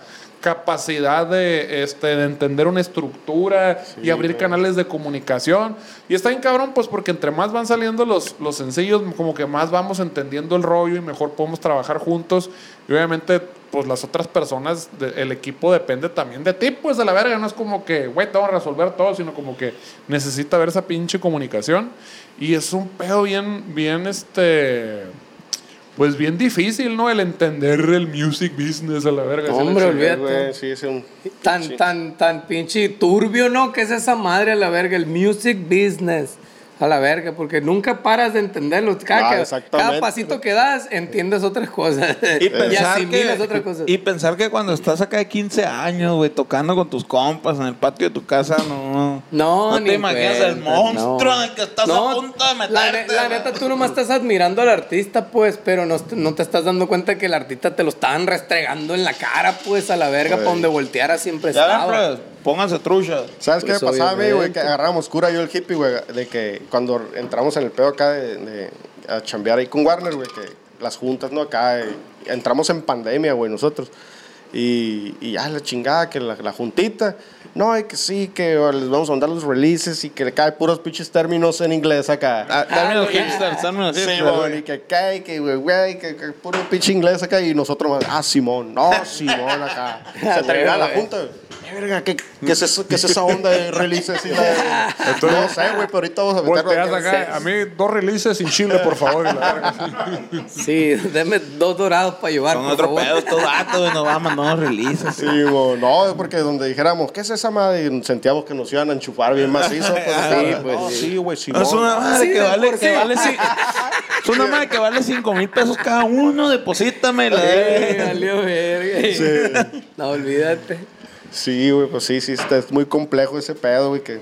Speaker 1: capacidad de, este, de entender una estructura y abrir canales de comunicación? Y está bien cabrón, pues porque entre más van saliendo los, los sencillos, como que más vamos entendiendo el rollo y mejor podemos trabajar juntos. Y obviamente, pues las otras personas, de- el equipo depende también de ti, pues de la verga. No es como que, güey, te vamos a resolver todo, sino como que necesita ver esa pinche comunicación. Y es un pedo bien, bien, este. Pues bien difícil, ¿no? El entender el music business a la verga. Sí, la
Speaker 2: Hombre,
Speaker 1: chingada.
Speaker 4: Sí,
Speaker 2: olvídate.
Speaker 4: güey, sí, es un...
Speaker 2: Tan, tan, tan pinche turbio, ¿no? Que es esa madre a la verga, el music business. A la verga, porque nunca paras de entenderlo. Cada,
Speaker 4: Ah,
Speaker 2: que-
Speaker 4: exactamente.
Speaker 2: cada pasito que das, entiendes otras cosas.
Speaker 3: Y pensar,
Speaker 2: pues asimilas
Speaker 3: que,
Speaker 2: otras cosas.
Speaker 3: y pensar que cuando estás acá de 15 años, güey, tocando con tus compas en el patio de tu casa, no.
Speaker 2: No,
Speaker 3: no
Speaker 2: ni
Speaker 3: te imaginas el
Speaker 2: cuentas,
Speaker 3: monstruo
Speaker 2: no.
Speaker 3: en el que estás
Speaker 2: No,
Speaker 3: a punto de meterte.
Speaker 2: La, ne- la
Speaker 3: güey.
Speaker 2: neta, tú nomás estás admirando al artista, pues, pero no, est- no te estás dando cuenta que el artista te lo estaban restregando en la cara, pues, a la verga, para donde volteara siempre
Speaker 3: Ya ven,
Speaker 2: estaba.
Speaker 3: pues, pónganse truchas.
Speaker 4: ¿Sabes
Speaker 2: Pues,
Speaker 4: qué me pasaba a mí, güey?
Speaker 2: obviamente.
Speaker 4: Que agarrábamos cura yo el hippie, güey. De que cuando entramos en el pedo acá de, de- a chambear ahí con Warner, güey, que las juntas, ¿no? Acá eh, entramos en pandemia, güey, nosotros. Y, y ya la chingada, que la, la juntita. No, y que sí, que les vamos a mandar los releases y que le caen puros pinches términos en inglés acá.
Speaker 3: Ah, Términos
Speaker 2: güey.
Speaker 3: hipster, términos
Speaker 4: Sí,
Speaker 3: hipster.
Speaker 4: güey, y que cae, que güey, güey, que, que puro pinche inglés acá y nosotros, ah, Simón, no, Simón acá. Se termina la junta, güey. Eh, verga, ¿qué, qué es eso, ¿qué es esa onda de releases? Y la- no sé, güey, pero ahorita vamos a meterlo
Speaker 1: Volteas
Speaker 4: aquí.
Speaker 1: acá. A mí, dos releases sin chile, por favor. y la verga.
Speaker 2: Sí, deme dos dorados para llevar,
Speaker 3: pues. Son
Speaker 2: por
Speaker 3: otro
Speaker 2: favor.
Speaker 3: pedo estos vatos, güey, nos van a mandar unos releases.
Speaker 4: Sí, güey, no, es porque donde dijéramos, ¿qué es esa madre? Y Sentíamos que nos iban a enchufar bien macizo. Pues, sí,
Speaker 2: pues, sí.
Speaker 4: sí, güey, Simón.
Speaker 3: Es una madre
Speaker 2: Sí,
Speaker 3: que
Speaker 2: de
Speaker 3: vale,
Speaker 2: por
Speaker 3: que
Speaker 2: sí.
Speaker 3: vale ci- es una madre que vale 5 mil pesos cada uno, deposítame la
Speaker 2: Eh, valió verga. No, olvídate.
Speaker 4: Sí, güey, pues sí, sí, está, es muy complejo ese pedo, güey, que...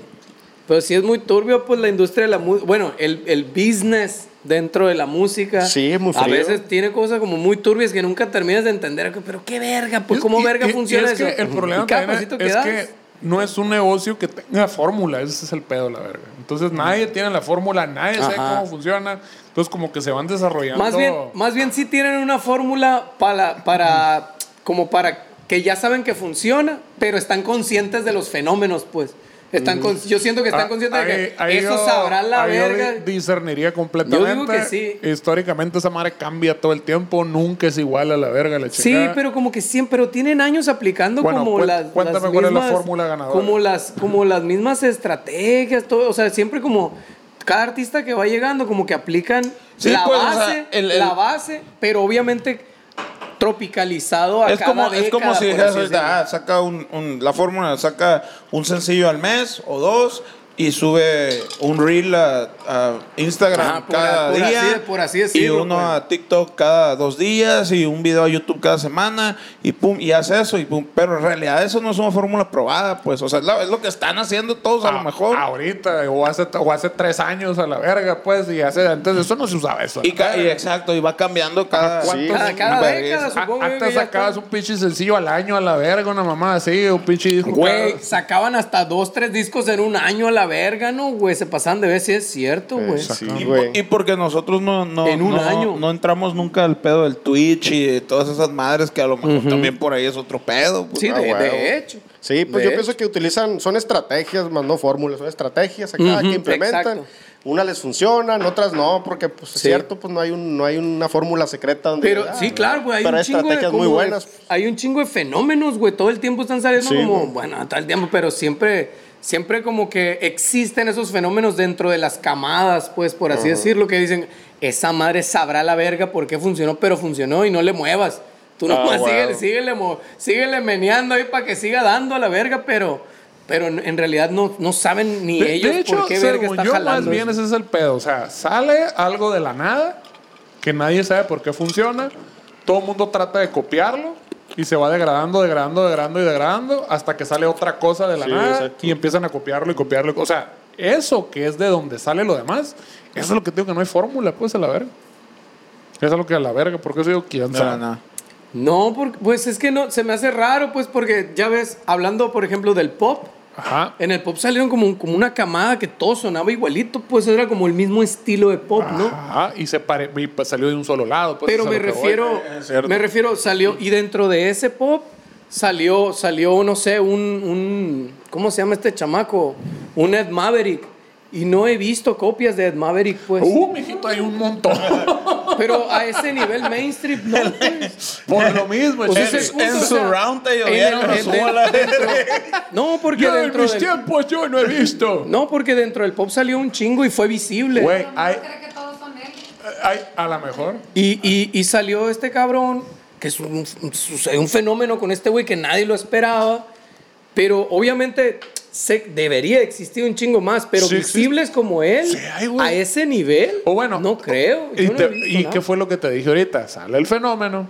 Speaker 2: Pero sí es muy turbio, pues la industria de la música. Bueno, el, el business dentro de la música.
Speaker 4: Sí, es muy
Speaker 2: A
Speaker 4: frío.
Speaker 2: veces tiene cosas como muy turbias que nunca terminas de entender. que, Pero qué verga, pues
Speaker 1: Y-
Speaker 2: cómo
Speaker 1: y-
Speaker 2: verga
Speaker 1: y- y
Speaker 2: funciona
Speaker 1: es que
Speaker 2: eso.
Speaker 1: el problema
Speaker 2: Y cada
Speaker 1: también
Speaker 2: pasito
Speaker 1: es
Speaker 2: das,
Speaker 1: que no es un negocio que tenga fórmula, ese es el pedo, la verga. Entonces nadie tiene la fórmula, nadie sabe
Speaker 2: Ajá.
Speaker 1: cómo funciona. Entonces como que se van desarrollando. Ah,
Speaker 2: Más bien, más bien sí tienen una fórmula para, para, como para que ya saben que funciona, pero están conscientes de los fenómenos, pues. Están con- yo siento que están
Speaker 1: Ah,
Speaker 2: conscientes de que
Speaker 1: ahí- ahí
Speaker 2: eso
Speaker 1: yo-
Speaker 2: sabrá la
Speaker 1: ahí yo di-
Speaker 2: verga.
Speaker 1: discerniría completamente.
Speaker 2: Yo digo que sí.
Speaker 1: Históricamente esa madre cambia todo el tiempo, nunca es igual a la verga la
Speaker 2: Sí,
Speaker 1: chingada.
Speaker 2: pero como que siempre, pero tienen años aplicando
Speaker 1: Bueno,
Speaker 2: como
Speaker 1: cuen-
Speaker 2: las,
Speaker 1: cuéntame
Speaker 2: las
Speaker 1: cuál es la
Speaker 2: mismas-
Speaker 1: fórmula ganadora.
Speaker 2: Como las, como las mismas estrategias, todo, o sea, siempre como cada artista que va llegando como que aplican
Speaker 3: Sí,
Speaker 2: la
Speaker 3: pues, o sea,
Speaker 2: base,
Speaker 3: el- el-
Speaker 2: la base, pero obviamente tropicalizado a
Speaker 3: Es
Speaker 2: cada
Speaker 3: como, es como
Speaker 2: década,
Speaker 3: si
Speaker 2: por
Speaker 3: dijeras
Speaker 2: así
Speaker 3: ahorita, ah, saca un, un- la fórmula, saca un sencillo al mes o dos y sube un reel a, a Instagram
Speaker 2: Ajá, por-
Speaker 3: cada
Speaker 2: por así
Speaker 3: día
Speaker 2: de- por así decirlo,
Speaker 3: y uno
Speaker 2: pues.
Speaker 3: a TikTok cada dos días y un video a YouTube cada semana y pum, y hace eso y pum. Pero en realidad eso no es una fórmula probada, pues, o sea, es la- es lo que están haciendo todos a,
Speaker 2: Ah,
Speaker 3: lo mejor.
Speaker 1: Ahorita, o hace, o hace tres años a la verga, pues, y hace antes de eso no se usaba eso.
Speaker 3: Y, ca- y exacto, y va cambiando cada...
Speaker 4: ¿Cuántos-
Speaker 2: decirlo. Cada, Ah, cada
Speaker 3: Verga.
Speaker 2: década,
Speaker 1: A-
Speaker 2: supongo yo que
Speaker 1: Antes
Speaker 2: ya
Speaker 1: sacabas
Speaker 2: está.
Speaker 1: un pinche sencillo al año a la verga, una mamá así, un pinche disco.
Speaker 2: Güey,
Speaker 1: cada-
Speaker 2: sacaban hasta dos, tres discos en un año a la verga, ¿no? Güey, se pasaban de veces, sí es cierto, güey.
Speaker 4: Sí,
Speaker 3: Y,
Speaker 4: güey.
Speaker 3: por- y porque nosotros no, no,
Speaker 2: En un
Speaker 3: no-
Speaker 2: año.
Speaker 3: no entramos nunca al pedo del Twitch y de todas esas madres que a lo mejor también por ahí es otro pedo. pues.
Speaker 2: Sí,
Speaker 4: Ah,
Speaker 2: de, de
Speaker 4: huevo.
Speaker 2: hecho.
Speaker 4: Sí, pues
Speaker 2: De
Speaker 4: yo
Speaker 2: hecho.
Speaker 4: pienso que utilizan, son estrategias, más no fórmulas, son estrategias acá
Speaker 2: Ujú,
Speaker 4: que implementan.
Speaker 2: exacto.
Speaker 4: Unas les funcionan, otras no, porque pues es
Speaker 2: Sí.
Speaker 4: cierto, pues no hay un, no hay una fórmula secreta donde
Speaker 2: Pero
Speaker 4: ah,
Speaker 2: sí, claro, güey, hay
Speaker 4: Pero
Speaker 2: un
Speaker 4: hay
Speaker 2: chingo de
Speaker 4: estrategias muy
Speaker 2: como de-
Speaker 4: buenas.
Speaker 2: Hay un chingo de fenómenos, güey, todo el tiempo están saliendo
Speaker 4: Sí,
Speaker 2: como,
Speaker 4: güey.
Speaker 2: bueno, todo el tiempo, pero siempre siempre como que existen esos fenómenos dentro de las camadas, pues por así decirlo, que dicen, esa madre sabrá la verga por qué funcionó, pero funcionó y no le muevas. Tú
Speaker 4: Ah,
Speaker 2: nomás
Speaker 4: güey.
Speaker 2: síguele, síguele, mo- síguele meneando ahí para que siga dando a la verga, pero pero en en realidad no, no saben ni
Speaker 1: De- de
Speaker 2: ellos por qué verga
Speaker 1: según
Speaker 2: está
Speaker 1: yo,
Speaker 2: jalando.
Speaker 1: más bien
Speaker 2: eso.
Speaker 1: ese es el pedo. O sea, sale algo de la nada que nadie sabe por qué funciona. Todo el mundo trata de copiarlo y se va degradando, degradando, degradando y degradando hasta que sale otra cosa de la
Speaker 4: Sí,
Speaker 1: nada
Speaker 4: exacto.
Speaker 1: y empiezan a copiarlo y copiarlo. O sea, eso que es de donde sale lo demás, eso es lo que te digo que no hay fórmula, pues a la verga. Eso es lo que a la verga, porque eso digo quién
Speaker 3: No,
Speaker 1: sabe.
Speaker 3: no.
Speaker 2: No, porque, pues es que no, se me hace raro, pues porque ya ves, hablando por ejemplo del pop,
Speaker 1: Ajá.
Speaker 2: en el pop salieron como, como una camada que todo sonaba igualito, pues era como el mismo estilo de pop, ¿no?
Speaker 1: Ajá. Y se pare- y, pues, salió de un solo lado. pues,
Speaker 2: Pero
Speaker 1: es a
Speaker 2: me
Speaker 1: lo que voy.
Speaker 2: refiero,
Speaker 3: es cierto.
Speaker 2: me refiero, salió, y dentro de ese pop salió, salió, no sé, un, un ¿cómo se llama este chamaco? Un Ed Maverick. Y no he visto copias de Ed Maverick, pues.
Speaker 1: Uh, mijito, hay un montón.
Speaker 2: Pero a ese nivel mainstream, no, pues.
Speaker 1: Por lo mismo,
Speaker 2: Pues
Speaker 1: es-
Speaker 2: ese es
Speaker 3: En,
Speaker 2: punto, o
Speaker 3: en
Speaker 2: sea,
Speaker 3: su round te llovía
Speaker 2: en-
Speaker 3: y nos
Speaker 2: en-
Speaker 3: subo a la
Speaker 2: dentro- No, porque
Speaker 1: Yo en
Speaker 2: dentro
Speaker 1: mis
Speaker 2: del-
Speaker 1: tiempos yo no he visto.
Speaker 2: No, porque dentro del pop salió un chingo y fue visible.
Speaker 1: Güey,
Speaker 5: Pero no
Speaker 1: hay,
Speaker 5: cree que todos son él.
Speaker 1: hay- a lo mejor.
Speaker 2: Y, y- y salió este cabrón, que es un, un- un fenómeno con este güey que nadie lo esperaba. Pero obviamente se, debería existir un chingo más, pero
Speaker 1: Sí,
Speaker 2: visibles como él,
Speaker 1: Sí hay, güey.
Speaker 2: a ese nivel,
Speaker 1: O bueno.
Speaker 2: no creo.
Speaker 1: ¿Y,
Speaker 2: yo no
Speaker 1: te-
Speaker 2: he visto
Speaker 1: y
Speaker 2: nada.
Speaker 1: qué fue lo que te dije ahorita? Sale el fenómeno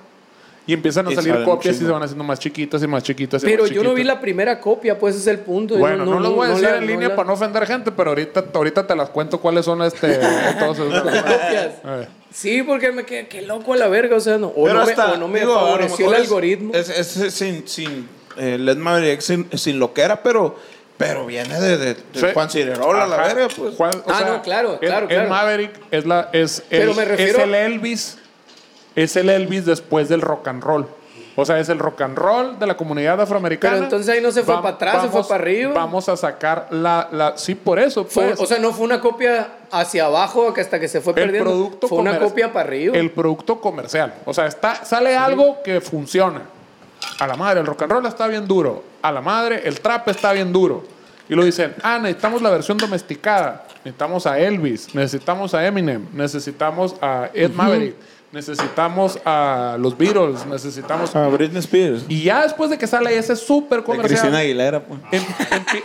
Speaker 1: y empiezan a
Speaker 3: Y
Speaker 1: salir
Speaker 3: salen
Speaker 1: copias y
Speaker 3: chingo.
Speaker 1: se van haciendo más chiquitas y más chiquitas. y
Speaker 2: pero
Speaker 1: más
Speaker 2: yo no vi
Speaker 1: chiquitas.
Speaker 2: la primera copia, pues ese es el punto. yo
Speaker 1: Bueno, no, lo voy a decir
Speaker 2: la-
Speaker 1: en línea
Speaker 2: la-
Speaker 1: para no ofender gente, pero ahorita, ahorita te las cuento cuáles son este, todos
Speaker 2: las
Speaker 1: esos-
Speaker 2: copias.
Speaker 1: A ver.
Speaker 2: Sí, porque me quedé, qué loco a la verga, o sea, no, o no, me, o no me
Speaker 3: digo, a lo
Speaker 2: favoreció el
Speaker 3: mejor es-
Speaker 2: algoritmo.
Speaker 3: Es, es- es sin, sin eh, Led Maverick sin, sin loquera, pero, pero viene de, de- de
Speaker 1: Sí.
Speaker 3: Juan Cirerola, la
Speaker 1: Ajá.
Speaker 3: verga, pues.
Speaker 1: Juan-
Speaker 2: Ah, no, claro,
Speaker 1: el-
Speaker 2: claro,
Speaker 1: el
Speaker 2: claro.
Speaker 1: Maverick es, la, es, el,
Speaker 2: Pero me refiero-
Speaker 1: es el Elvis. Es el Elvis después del rock and roll. O sea, es el rock and roll de la comunidad afroamericana.
Speaker 2: Pero entonces ahí no se fue
Speaker 1: Vam-
Speaker 2: para atrás, se fue
Speaker 1: vamos-
Speaker 2: para arriba.
Speaker 1: Vamos a sacar la. la sí, por eso.
Speaker 2: Fue-
Speaker 1: pues.
Speaker 2: o sea, no fue una copia hacia abajo que hasta que se fue
Speaker 1: el
Speaker 2: perdiendo.
Speaker 1: producto
Speaker 2: fue una
Speaker 1: comer-
Speaker 2: copia para arriba.
Speaker 1: El producto comercial. O sea, está, sale algo que funciona. A la madre, el rock and roll está bien duro. A la madre, el trap está bien duro. Y lo dicen, ah, necesitamos la versión domesticada. Necesitamos a Elvis, necesitamos a Eminem, necesitamos a Ed Maverick, necesitamos a los Beatles, necesitamos...
Speaker 3: A ah, Britney Spears.
Speaker 1: Y ya después de que sale ese súper
Speaker 3: De Cristina
Speaker 1: comercial,
Speaker 3: Aguilera, pues.
Speaker 1: em- empi-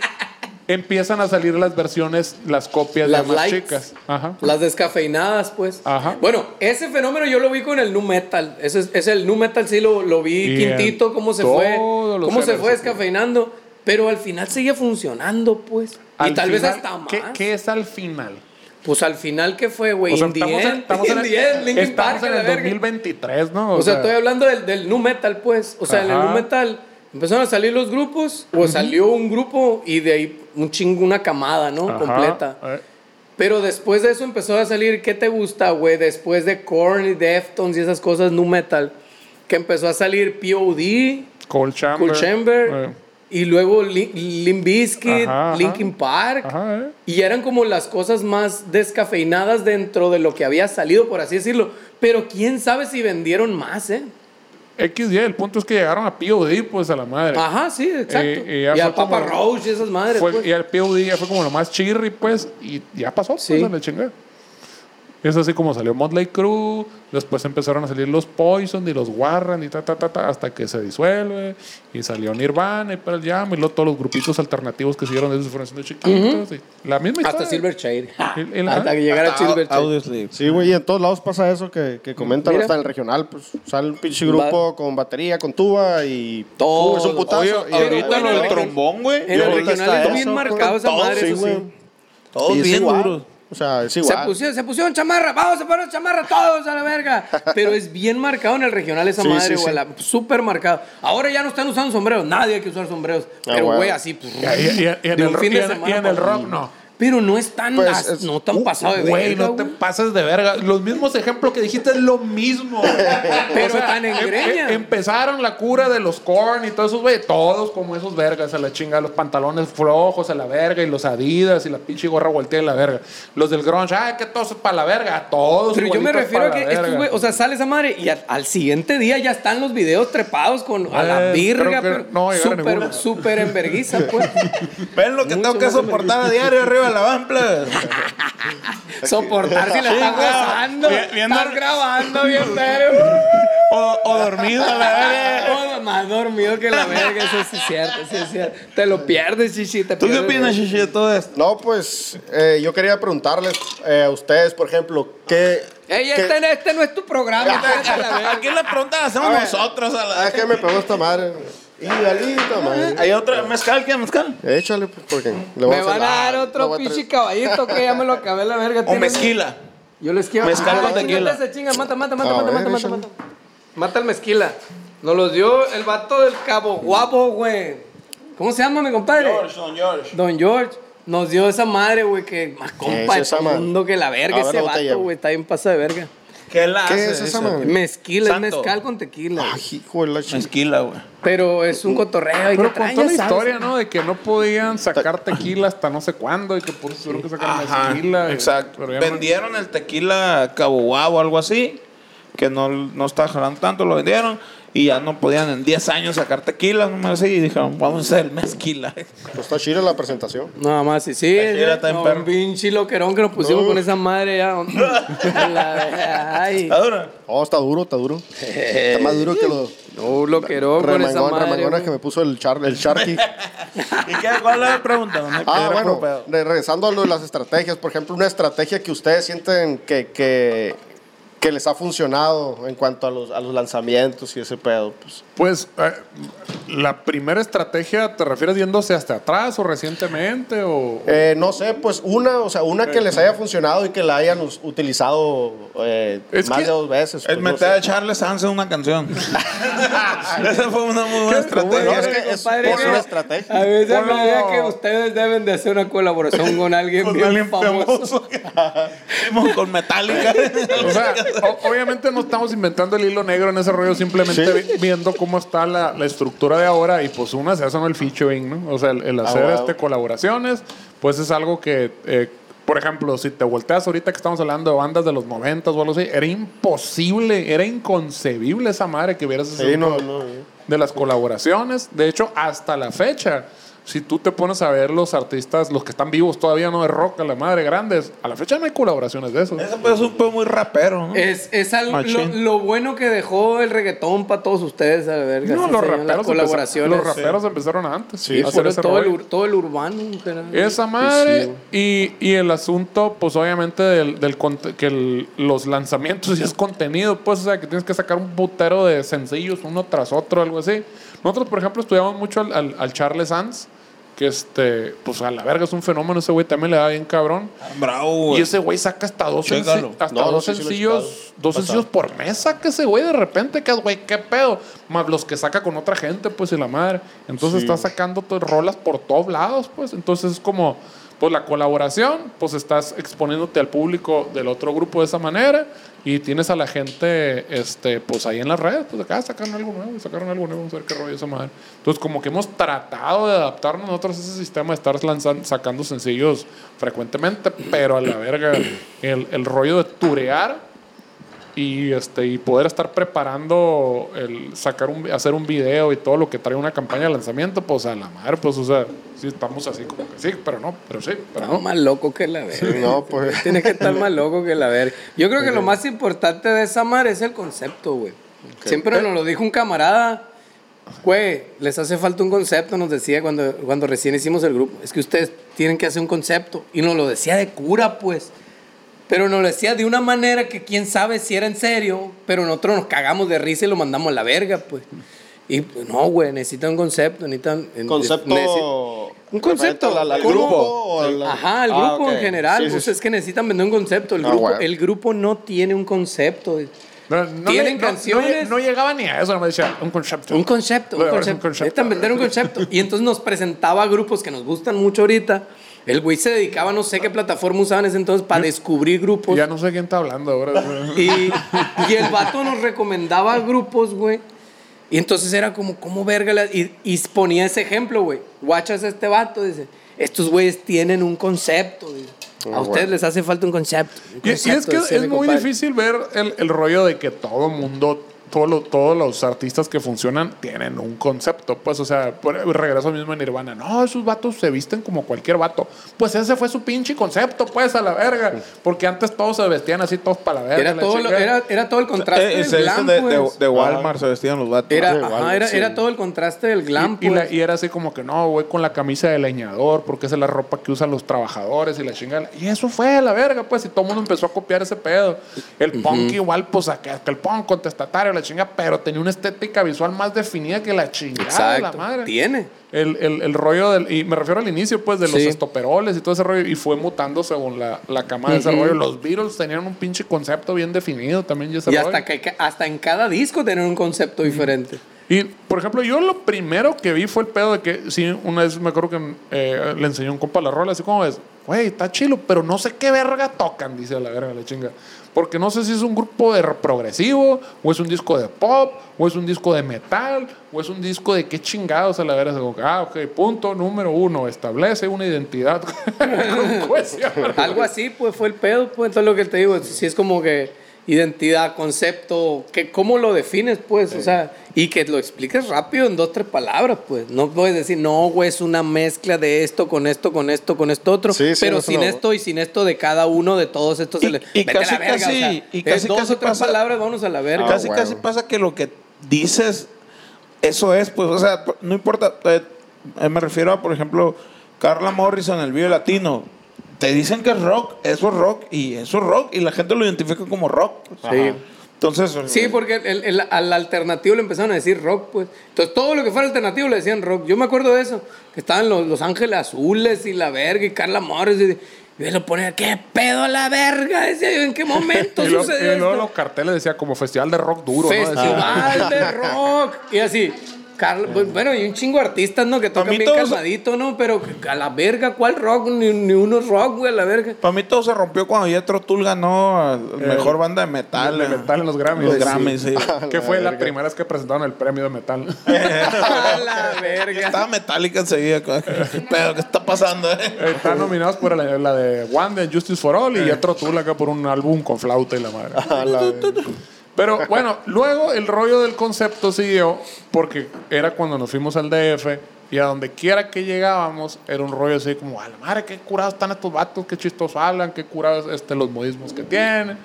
Speaker 1: empiezan a salir las versiones, las copias
Speaker 2: las
Speaker 1: de más
Speaker 2: lights,
Speaker 1: chicas. Ajá.
Speaker 2: las descafeinadas, pues.
Speaker 1: Ajá.
Speaker 2: Bueno, ese fenómeno yo lo vi con el nu metal. Ese es, ese el nu metal sí lo, lo vi
Speaker 1: Y
Speaker 2: quintito,
Speaker 1: en
Speaker 2: cómo se
Speaker 1: todos
Speaker 2: fue,
Speaker 1: los
Speaker 2: cómo se
Speaker 1: géneros,
Speaker 2: fue
Speaker 1: sí.
Speaker 2: descafeinando. Pero al final seguía funcionando, pues. y
Speaker 1: Al
Speaker 2: tal vez
Speaker 1: final,
Speaker 2: hasta más.
Speaker 1: ¿qué- ¿Qué es al final?
Speaker 2: Pues al final, ¿qué fue, güey?
Speaker 1: O sea,
Speaker 2: In the
Speaker 1: estamos en,
Speaker 2: end,
Speaker 1: estamos en
Speaker 2: in
Speaker 1: el,
Speaker 2: the end, Linkin
Speaker 1: estamos
Speaker 2: Park,
Speaker 1: en
Speaker 2: la
Speaker 1: el
Speaker 2: verga.
Speaker 1: 2023, ¿no?
Speaker 2: O sea, estoy hablando del, del nu metal, pues. O sea, en el
Speaker 1: Ajá.
Speaker 2: nu metal empezaron a salir los grupos, o salió un grupo y de ahí un chingo, una camada, ¿no?
Speaker 1: Ajá,
Speaker 2: Completa.
Speaker 1: eh.
Speaker 2: Pero después de eso empezó a salir, ¿qué te gusta, güey? Después de Korn y Deftones y esas cosas nu metal, que empezó a salir POD,
Speaker 1: Cold Chamber.
Speaker 2: Cool Chamber,
Speaker 1: eh.
Speaker 2: y luego Li- Limp Bizkit,
Speaker 1: Ajá, ajá.
Speaker 2: Linkin Park.
Speaker 1: Ajá, eh.
Speaker 2: Y eran como las cosas más descafeinadas dentro de lo que había salido, por así decirlo. Pero quién sabe si vendieron más, ¿eh?
Speaker 1: XY, el punto es que llegaron a POD, pues a la madre.
Speaker 2: Ajá, sí, exacto.
Speaker 1: Y- y
Speaker 2: y
Speaker 1: ya
Speaker 2: a
Speaker 1: fue como-
Speaker 2: Papa Roach y esas madres.
Speaker 1: Fue-
Speaker 2: pues.
Speaker 1: y el POD ya fue como lo más chirri, pues, y ya pasó, pues,
Speaker 2: Sí.
Speaker 1: a la chingada. Es así como salió Motley Crue, después empezaron a salir los Poison y los Warren y ta, ta, ta, ta, hasta que se disuelve. Y salió Nirvana y para el Jam, y luego todos los grupitos alternativos que siguieron desde su formación de chiquitos. y la misma
Speaker 2: Hasta
Speaker 1: historia.
Speaker 2: Silverchair.
Speaker 1: El- el-
Speaker 2: Hasta que llegara
Speaker 3: Hasta
Speaker 2: Silverchair.
Speaker 3: Audioslave.
Speaker 4: Sí, güey, y en todos lados pasa eso que, que comentan,
Speaker 2: Mira.
Speaker 4: hasta en el regional, pues sale un pinche grupo con batería, con tuba y.
Speaker 2: Todo.
Speaker 3: Oh,
Speaker 4: Uh, es un putazo.
Speaker 2: Oye,
Speaker 4: y-
Speaker 2: pero
Speaker 3: Ahorita
Speaker 2: bueno,
Speaker 3: lo del
Speaker 2: el-
Speaker 3: trombón, güey.
Speaker 2: en el
Speaker 3: Y ahorita
Speaker 2: regional
Speaker 3: está
Speaker 2: es
Speaker 3: eso,
Speaker 2: bien
Speaker 3: pues.
Speaker 2: marcado esa
Speaker 3: Todos,
Speaker 2: madre,
Speaker 3: sí,
Speaker 2: eso sí.
Speaker 3: güey. Todos
Speaker 4: Y es
Speaker 3: bien
Speaker 4: igual.
Speaker 3: duros.
Speaker 4: O sea, es
Speaker 2: Se
Speaker 4: igual.
Speaker 2: pusieron, se pusieron chamarra, vamos a poner chamarra todos a la verga. Pero es bien marcado en el regional esa
Speaker 4: Sí, sí,
Speaker 2: madre, güey.
Speaker 4: sí.
Speaker 2: la- Súper marcado. Ahora ya no están usando sombreros, nadie hay que usar sombreros. Pero,
Speaker 4: bueno.
Speaker 2: güey, así. pues,
Speaker 1: Ah, Y, y- y- y en,
Speaker 2: de
Speaker 1: el,
Speaker 2: un fin de
Speaker 1: y en-
Speaker 2: semana
Speaker 1: y en el
Speaker 2: para-
Speaker 1: rock, no.
Speaker 2: Pero no es tan,
Speaker 4: Pues,
Speaker 2: as-
Speaker 4: es-
Speaker 2: no tan pasado de
Speaker 1: Güey,
Speaker 2: verga,
Speaker 1: no te
Speaker 2: güey.
Speaker 1: pases de verga. Los mismos ejemplos que dijiste es lo mismo. güey.
Speaker 2: Pero tan en
Speaker 1: em-
Speaker 2: greña.
Speaker 1: em- empezaron la cura de los corn y todos esos, güey. Todos como esos vergas a la chinga. Los pantalones flojos a la verga y los adidas y la pinche gorra volteada a la verga. Los del grunge, ah, que todos para la verga. a Todos.
Speaker 2: Pero yo me
Speaker 1: igualitos
Speaker 2: refiero
Speaker 1: pa'
Speaker 2: a que
Speaker 1: la
Speaker 2: estos
Speaker 1: verga.
Speaker 2: güey, o sea, sale esa madre y a- al siguiente día ya están los videos trepados con a la
Speaker 1: Eh, creo
Speaker 2: virga,
Speaker 1: que
Speaker 2: pero
Speaker 1: no llegaron
Speaker 2: súper
Speaker 1: ninguno.
Speaker 2: súper enverguiza, pues.
Speaker 3: Ven lo que tengo que soportar a diario arriba de la van, plebes.
Speaker 2: Soportar si la están gozando,
Speaker 3: Vi- viendo-
Speaker 2: estar grabando bien pero
Speaker 3: O, o dormido a la verga.
Speaker 2: Oh, más dormido que la verga, eso sí es cierto, sí es cierto. Te lo pierdes, chichi, te
Speaker 3: ¿Tú qué
Speaker 2: pierdes, güey.
Speaker 3: opinas, Shishi, de todo esto?
Speaker 4: No, pues eh, yo quería preguntarles eh, a ustedes, por ejemplo, ¿qué.
Speaker 2: Ey,
Speaker 4: qué-
Speaker 2: este, no- este no es tu programa, cállate a la verga.
Speaker 3: Aquí la pregunta la hacemos
Speaker 4: A ver.
Speaker 3: nosotros a la
Speaker 4: Ah, que me pegó esta madre. Y alita, madre.
Speaker 3: Hay otra mezcal, ¿qué mezcal?
Speaker 4: Échale, pues, porque le voy
Speaker 2: Me van a dar
Speaker 4: Ah, le
Speaker 2: otro
Speaker 4: voy a traer-
Speaker 2: pinche caballito que ya me lo acabé la verga.
Speaker 3: O
Speaker 2: tienen-
Speaker 3: mezquila.
Speaker 2: Yo les quiero.
Speaker 3: Mezcal
Speaker 2: Ah,
Speaker 3: con
Speaker 2: chingate
Speaker 3: tequila.
Speaker 2: ese, chinga, mata, mata, mata,
Speaker 4: A
Speaker 2: mata,
Speaker 4: ver,
Speaker 2: mata, mata,
Speaker 4: échale.
Speaker 2: mata. Mata al mezquila. Nos los dio el vato del Cabo Guapo, güey. ¿Cómo se llama mi compadre?
Speaker 3: George, don George.
Speaker 2: Don George. Nos dio esa madre, güey, que más compa
Speaker 4: es
Speaker 2: es
Speaker 4: esa madre?
Speaker 2: mundo que la verga.
Speaker 4: A ver
Speaker 2: Ese
Speaker 4: la botella,
Speaker 2: vato,
Speaker 4: güey.
Speaker 2: güey, está bien pasa de verga.
Speaker 3: ¿Qué la
Speaker 4: ¿Qué
Speaker 3: hace?
Speaker 4: es esa
Speaker 3: eso?
Speaker 4: madre?
Speaker 2: Mezquila, es
Speaker 3: Santo.
Speaker 2: mezcal con tequila. güey.
Speaker 4: Ay, hijo de la chingada.
Speaker 3: Mezquila, güey.
Speaker 2: Pero es un cotorreo. Y
Speaker 1: Pero
Speaker 2: que traen,
Speaker 1: contó la
Speaker 2: ya sabes.
Speaker 1: historia, ¿no? De que no podían sacar tequila hasta no sé cuándo y que por eso tuvieron que sacar
Speaker 3: Ajá,
Speaker 1: tequila. y-
Speaker 3: exacto.
Speaker 1: pero ya no-
Speaker 3: vendieron el tequila Cabo Guabo o algo así, que no, no estaba jalando tanto, lo vendieron y ya no podían en 10 años sacar tequila, no así, y dijeron, vamos a hacer el mezquila.
Speaker 4: Pues está chida la presentación.
Speaker 2: Nada más, sí, sí.
Speaker 3: La chela está en
Speaker 2: no,
Speaker 3: perro.
Speaker 2: un pinche loquerón que nos pusimos
Speaker 4: No.
Speaker 2: con esa madre ya. La- ay.
Speaker 3: Ahora,
Speaker 4: Oh, está duro, está duro. Está más duro que los
Speaker 2: No, un loquerón con esa
Speaker 4: remangón,
Speaker 2: madre.
Speaker 4: remangones
Speaker 2: güey.
Speaker 4: que me puso el, char, el Sharky.
Speaker 3: ¿y qué, cuál es la pregunta? No, ¿Qué
Speaker 4: Ah,
Speaker 3: era
Speaker 4: bueno,
Speaker 3: puro pedo?
Speaker 4: re- regresando a lo de las estrategias, por ejemplo, una estrategia que ustedes sienten que, que, que les ha funcionado en cuanto a los, a los lanzamientos y ese pedo. Pues.
Speaker 1: Pues, eh, la primera estrategia, ¿te refieres yéndose hasta atrás o recientemente? O,
Speaker 4: Eh, no sé, pues una, o sea, una que les haya funcionado y que la hayan us- utilizado eh,
Speaker 1: Es
Speaker 4: más
Speaker 1: que
Speaker 4: de dos veces.
Speaker 3: Es
Speaker 4: pues, no
Speaker 3: meter
Speaker 4: sé.
Speaker 3: a Charles Sanz en una canción. Esa fue una muy buena
Speaker 4: No,
Speaker 3: estrategia.
Speaker 4: es que es,
Speaker 2: Compadre,
Speaker 4: es una
Speaker 2: que-
Speaker 4: estrategia.
Speaker 2: A veces
Speaker 1: Ponlo-
Speaker 2: me da que ustedes deben de hacer una colaboración con alguien
Speaker 3: Con
Speaker 2: bien
Speaker 3: pues, alguien
Speaker 2: famoso.
Speaker 3: famoso. Hicimos con Metallica.
Speaker 1: o sea, o- obviamente no estamos inventando el hilo negro en ese rollo, simplemente
Speaker 4: Sí.
Speaker 1: vi- viendo cómo está la, la estructura de ahora y pues una se hace ¿no? el featuring, ¿no? O sea, el, el hacer
Speaker 4: Ah, wow.
Speaker 1: este colaboraciones, pues es algo que, eh, por ejemplo, si te volteas ahorita que estamos hablando de bandas de los 90 o algo así, era imposible, era inconcebible esa madre que hubieras
Speaker 4: Sí, no, no. eh.
Speaker 1: de las colaboraciones. De hecho, hasta la fecha, si tú te pones a ver los artistas, los que están vivos todavía, no de rock, a la madre grandes, a la fecha no hay colaboraciones de esos.
Speaker 3: Ese pues es un pedo muy rapero, ¿no?
Speaker 2: Es, es al- lo,
Speaker 3: Machín.
Speaker 2: lo bueno que dejó el reggaetón para todos ustedes, a la verga.
Speaker 1: No,
Speaker 2: sí,
Speaker 1: los
Speaker 2: señor,
Speaker 1: raperos,
Speaker 2: las
Speaker 1: empeza-
Speaker 2: colaboraciones.
Speaker 1: los raperos empezaron antes.
Speaker 4: Sí,
Speaker 1: a
Speaker 2: Y
Speaker 1: hacer
Speaker 2: fueron
Speaker 1: ese
Speaker 2: todo, el,
Speaker 1: rollo.
Speaker 2: ur- todo el urbano. carnal.
Speaker 1: Esa
Speaker 4: Sí,
Speaker 1: madre y, y el asunto, pues obviamente, del, del conte- que el- los lanzamientos y es contenido, pues, o sea, que tienes que sacar un putero de sencillos uno tras otro, algo así. Nosotros, por ejemplo, estudiamos mucho al, al, al Charles Sanz, que este, pues a la verga es un fenómeno, ese güey también le da bien cabrón.
Speaker 3: Bravo, güey.
Speaker 1: Y ese güey saca hasta dos, senci-
Speaker 3: Chécalo.
Speaker 1: hasta
Speaker 4: No, no
Speaker 1: dos
Speaker 4: sé si lo he
Speaker 1: sencillos,
Speaker 4: checado.
Speaker 1: dos sencillos por mesa que ese güey de repente que güey, qué pedo. Más los que saca con otra gente, pues y la madre. Entonces
Speaker 4: Sí.
Speaker 1: está sacando to- rolas por todos lados, pues. Entonces es como pues la colaboración, pues estás exponiéndote al público del otro grupo de esa manera y tienes a la gente este pues ahí en las redes, pues acá sacaron algo nuevo, sacaron algo nuevo, vamos a ver qué rollo esa madre. Entonces como que hemos tratado de adaptarnos nosotros a ese sistema de estar lanzan- sacando sencillos frecuentemente, pero a la verga el, el rollo de turear y este y poder estar preparando el sacar un hacer un video y todo lo que trae una campaña de lanzamiento pues a la madre pues o sea sí estamos así como que sí pero no pero sí pero
Speaker 2: Estaba
Speaker 1: no
Speaker 2: más loco que la verga.
Speaker 4: no, pues.
Speaker 2: Tienes que estar más loco que la verga. Yo creo que lo más importante de esa madre es el concepto, güey. Siempre nos lo dijo un camarada. Güey, les hace falta un concepto, nos decía cuando, cuando recién hicimos el grupo. Es que ustedes tienen que hacer un concepto. Y nos lo decía de cura, pues. Pero nos lo decía de una manera que quién sabe si era en serio, pero nosotros nos cagamos de risa y lo mandamos a la verga, pues. Y pues, no, güey, necesitan un concepto, necesitan... necesi-
Speaker 4: Concepto.
Speaker 2: Un concepto.
Speaker 4: referente al- al
Speaker 2: ¿Cómo?
Speaker 4: o al-
Speaker 2: Ajá, el
Speaker 4: Ah,
Speaker 2: grupo
Speaker 4: ok.
Speaker 2: en general.
Speaker 4: Sí, sí,
Speaker 2: pues
Speaker 4: sí.
Speaker 2: es que necesitan vender un concepto. El,
Speaker 4: Ah,
Speaker 2: grupo,
Speaker 4: bueno.
Speaker 2: el grupo no tiene un concepto.
Speaker 1: No, no
Speaker 2: Tienen
Speaker 1: le- no- no
Speaker 2: canciones.
Speaker 1: lle- no, llegaba ni a eso no me decía un concepto
Speaker 2: Un concepto, un
Speaker 1: Ahora es un
Speaker 2: concepto.
Speaker 1: concepto.
Speaker 2: Necesitan vender un concepto. Y entonces nos presentaba a grupos que nos gustan mucho ahorita. El güey se dedicaba, no sé qué plataforma usaban en ese entonces, para descubrir grupos.
Speaker 1: ya no sé quién está hablando ahora
Speaker 2: Y, y el vato nos recomendaba grupos, güey. Y entonces era como, ¿cómo verga? la- Y, y ponía ese ejemplo, güey. Guachas a este vato, dice. Estos güeyes tienen un concepto. dice. A
Speaker 4: Ah,
Speaker 2: ustedes
Speaker 4: bueno.
Speaker 2: les hace falta un concepto. un
Speaker 1: Y, y es
Speaker 2: Oh, concepto,
Speaker 1: que
Speaker 2: decía mi
Speaker 1: es muy
Speaker 2: compadre.
Speaker 1: difícil ver el, el rollo de que todo mundo, todo lo- todos los artistas que funcionan tienen un concepto. Pues, o sea, por- regreso mismo en Nirvana. No, esos vatos se visten como cualquier vato. Pues ese fue su pinche concepto, pues, a la verga. Porque antes todos se vestían así, todos para la verga.
Speaker 2: Era
Speaker 1: la
Speaker 2: todo, lo-
Speaker 1: chingada.
Speaker 2: era, era todo el contraste
Speaker 3: Eh,
Speaker 2: del
Speaker 3: se visten
Speaker 2: glam,
Speaker 3: de, de-
Speaker 2: pues.
Speaker 3: de Walmart, se vestían los vatos.
Speaker 2: Era,
Speaker 4: de
Speaker 2: ajá,
Speaker 4: Walmart,
Speaker 2: era,
Speaker 4: sí.
Speaker 2: era todo el contraste del glam,
Speaker 1: Y, y la-
Speaker 2: pues.
Speaker 1: y era así como que no, voy con la camisa de leñador, porque esa es la ropa que usan los trabajadores y la chingada. Y eso fue la verga, pues, y todo el mundo empezó a copiar ese pedo. El punk igual, pues, acá, que el punk contestatario, la chinga, pero tenía una estética visual más definida que la chingada. La
Speaker 2: Exacto.
Speaker 1: madre.
Speaker 2: Tiene.
Speaker 1: El, el, el rollo del. Y me refiero al inicio, pues, de los
Speaker 2: Sí.
Speaker 1: estoperoles y todo ese rollo. Y fue mutando según la, la cama de desarrollo. Los Beatles tenían un pinche concepto bien definido también. Y, ese
Speaker 2: Y
Speaker 1: rollo.
Speaker 2: hasta, que, que- hasta en cada disco tener un concepto diferente.
Speaker 1: Y, por ejemplo, yo lo primero que vi fue el pedo de que, sí, una vez me acuerdo que eh, le enseñó un compa la rola, así como es, güey, está chilo, pero no sé qué verga tocan, dice a la verga, la chinga. Porque no sé si es un grupo de progresivo, o es un disco de pop, o es un disco de metal, o es un disco de qué chingados a la verga. Digo, ah, ok, punto número uno, establece una identidad con cohesión.
Speaker 2: Algo así, pues fue el pedo, pues entonces lo que te digo, si es como que identidad, concepto, que cómo lo defines, pues, o sea, y que lo expliques rápido en dos, tres palabras, pues. No puedes decir, no, güey, es una mezcla de esto, con esto, con esto, con esto otro,
Speaker 4: Sí, sí,
Speaker 2: pero
Speaker 4: no, eso
Speaker 2: sin
Speaker 4: no.
Speaker 2: esto y sin esto de cada uno de todos estos.
Speaker 3: Y-
Speaker 2: ele-
Speaker 3: y
Speaker 2: Vete a la
Speaker 3: casi,
Speaker 2: verga, o sea,
Speaker 3: casi- y
Speaker 2: es
Speaker 3: casi,
Speaker 2: dos
Speaker 3: casi
Speaker 2: o tres
Speaker 3: pasa-
Speaker 2: palabras, vamos a la verga.
Speaker 3: casi,
Speaker 4: bueno.
Speaker 3: casi pasa que lo que dices, eso es, pues, o sea, no importa. eh, eh, me refiero a, por ejemplo, Carla Morrison, el video latino. Te dicen que es rock, eso es rock y eso es rock y la gente lo identifica como rock. pues.
Speaker 2: Sí.
Speaker 3: Ajá. Entonces, eh,
Speaker 2: Sí, porque el, el- al alternativo le empezaron a decir rock, pues. Entonces todo lo que fuera alternativo le decían rock. Yo me acuerdo de eso, que estaban los, los Ángeles Azules y la verga y Carla Morris. Y, y lo ponía, ¿qué pedo la verga? Decía yo, ¿en qué momento
Speaker 1: Y, lo-
Speaker 2: sucedió
Speaker 1: y luego
Speaker 2: esto?
Speaker 1: los carteles decía como festival de rock duro, ¿no? Decía, "Ah,
Speaker 2: Festival de rock. Y así. Carla- pues, bueno, y un chingo de artistas, ¿no? Que tocan
Speaker 3: mí
Speaker 2: bien
Speaker 3: todos-
Speaker 2: calmadito, ¿no? Pero a la verga, ¿cuál rock? Ni, ni uno es rock, güey, a la verga.
Speaker 3: para mí todo se rompió cuando Jethro Tull ganó a la mejor banda de metal.
Speaker 1: de
Speaker 3: eh.
Speaker 1: metal en los Grammys.
Speaker 3: Los Grammys, sí.
Speaker 1: Que fue la primera vez que presentaron el premio de metal.
Speaker 2: a la
Speaker 3: Y
Speaker 2: verga.
Speaker 3: Estaba metálica enseguida. co- ¿Qué pedo? ¿Qué está pasando? eh?
Speaker 1: Están nominados por la, la de One de Justice for All y otro Tull acá por un álbum con flauta y la madre. Pero bueno, luego el rollo del concepto siguió porque era cuando nos fuimos al DF y a donde quiera que llegábamos era un rollo así como, a la madre, qué curados están estos vatos, qué chistosos hablan, qué curados este, los modismos que tienen.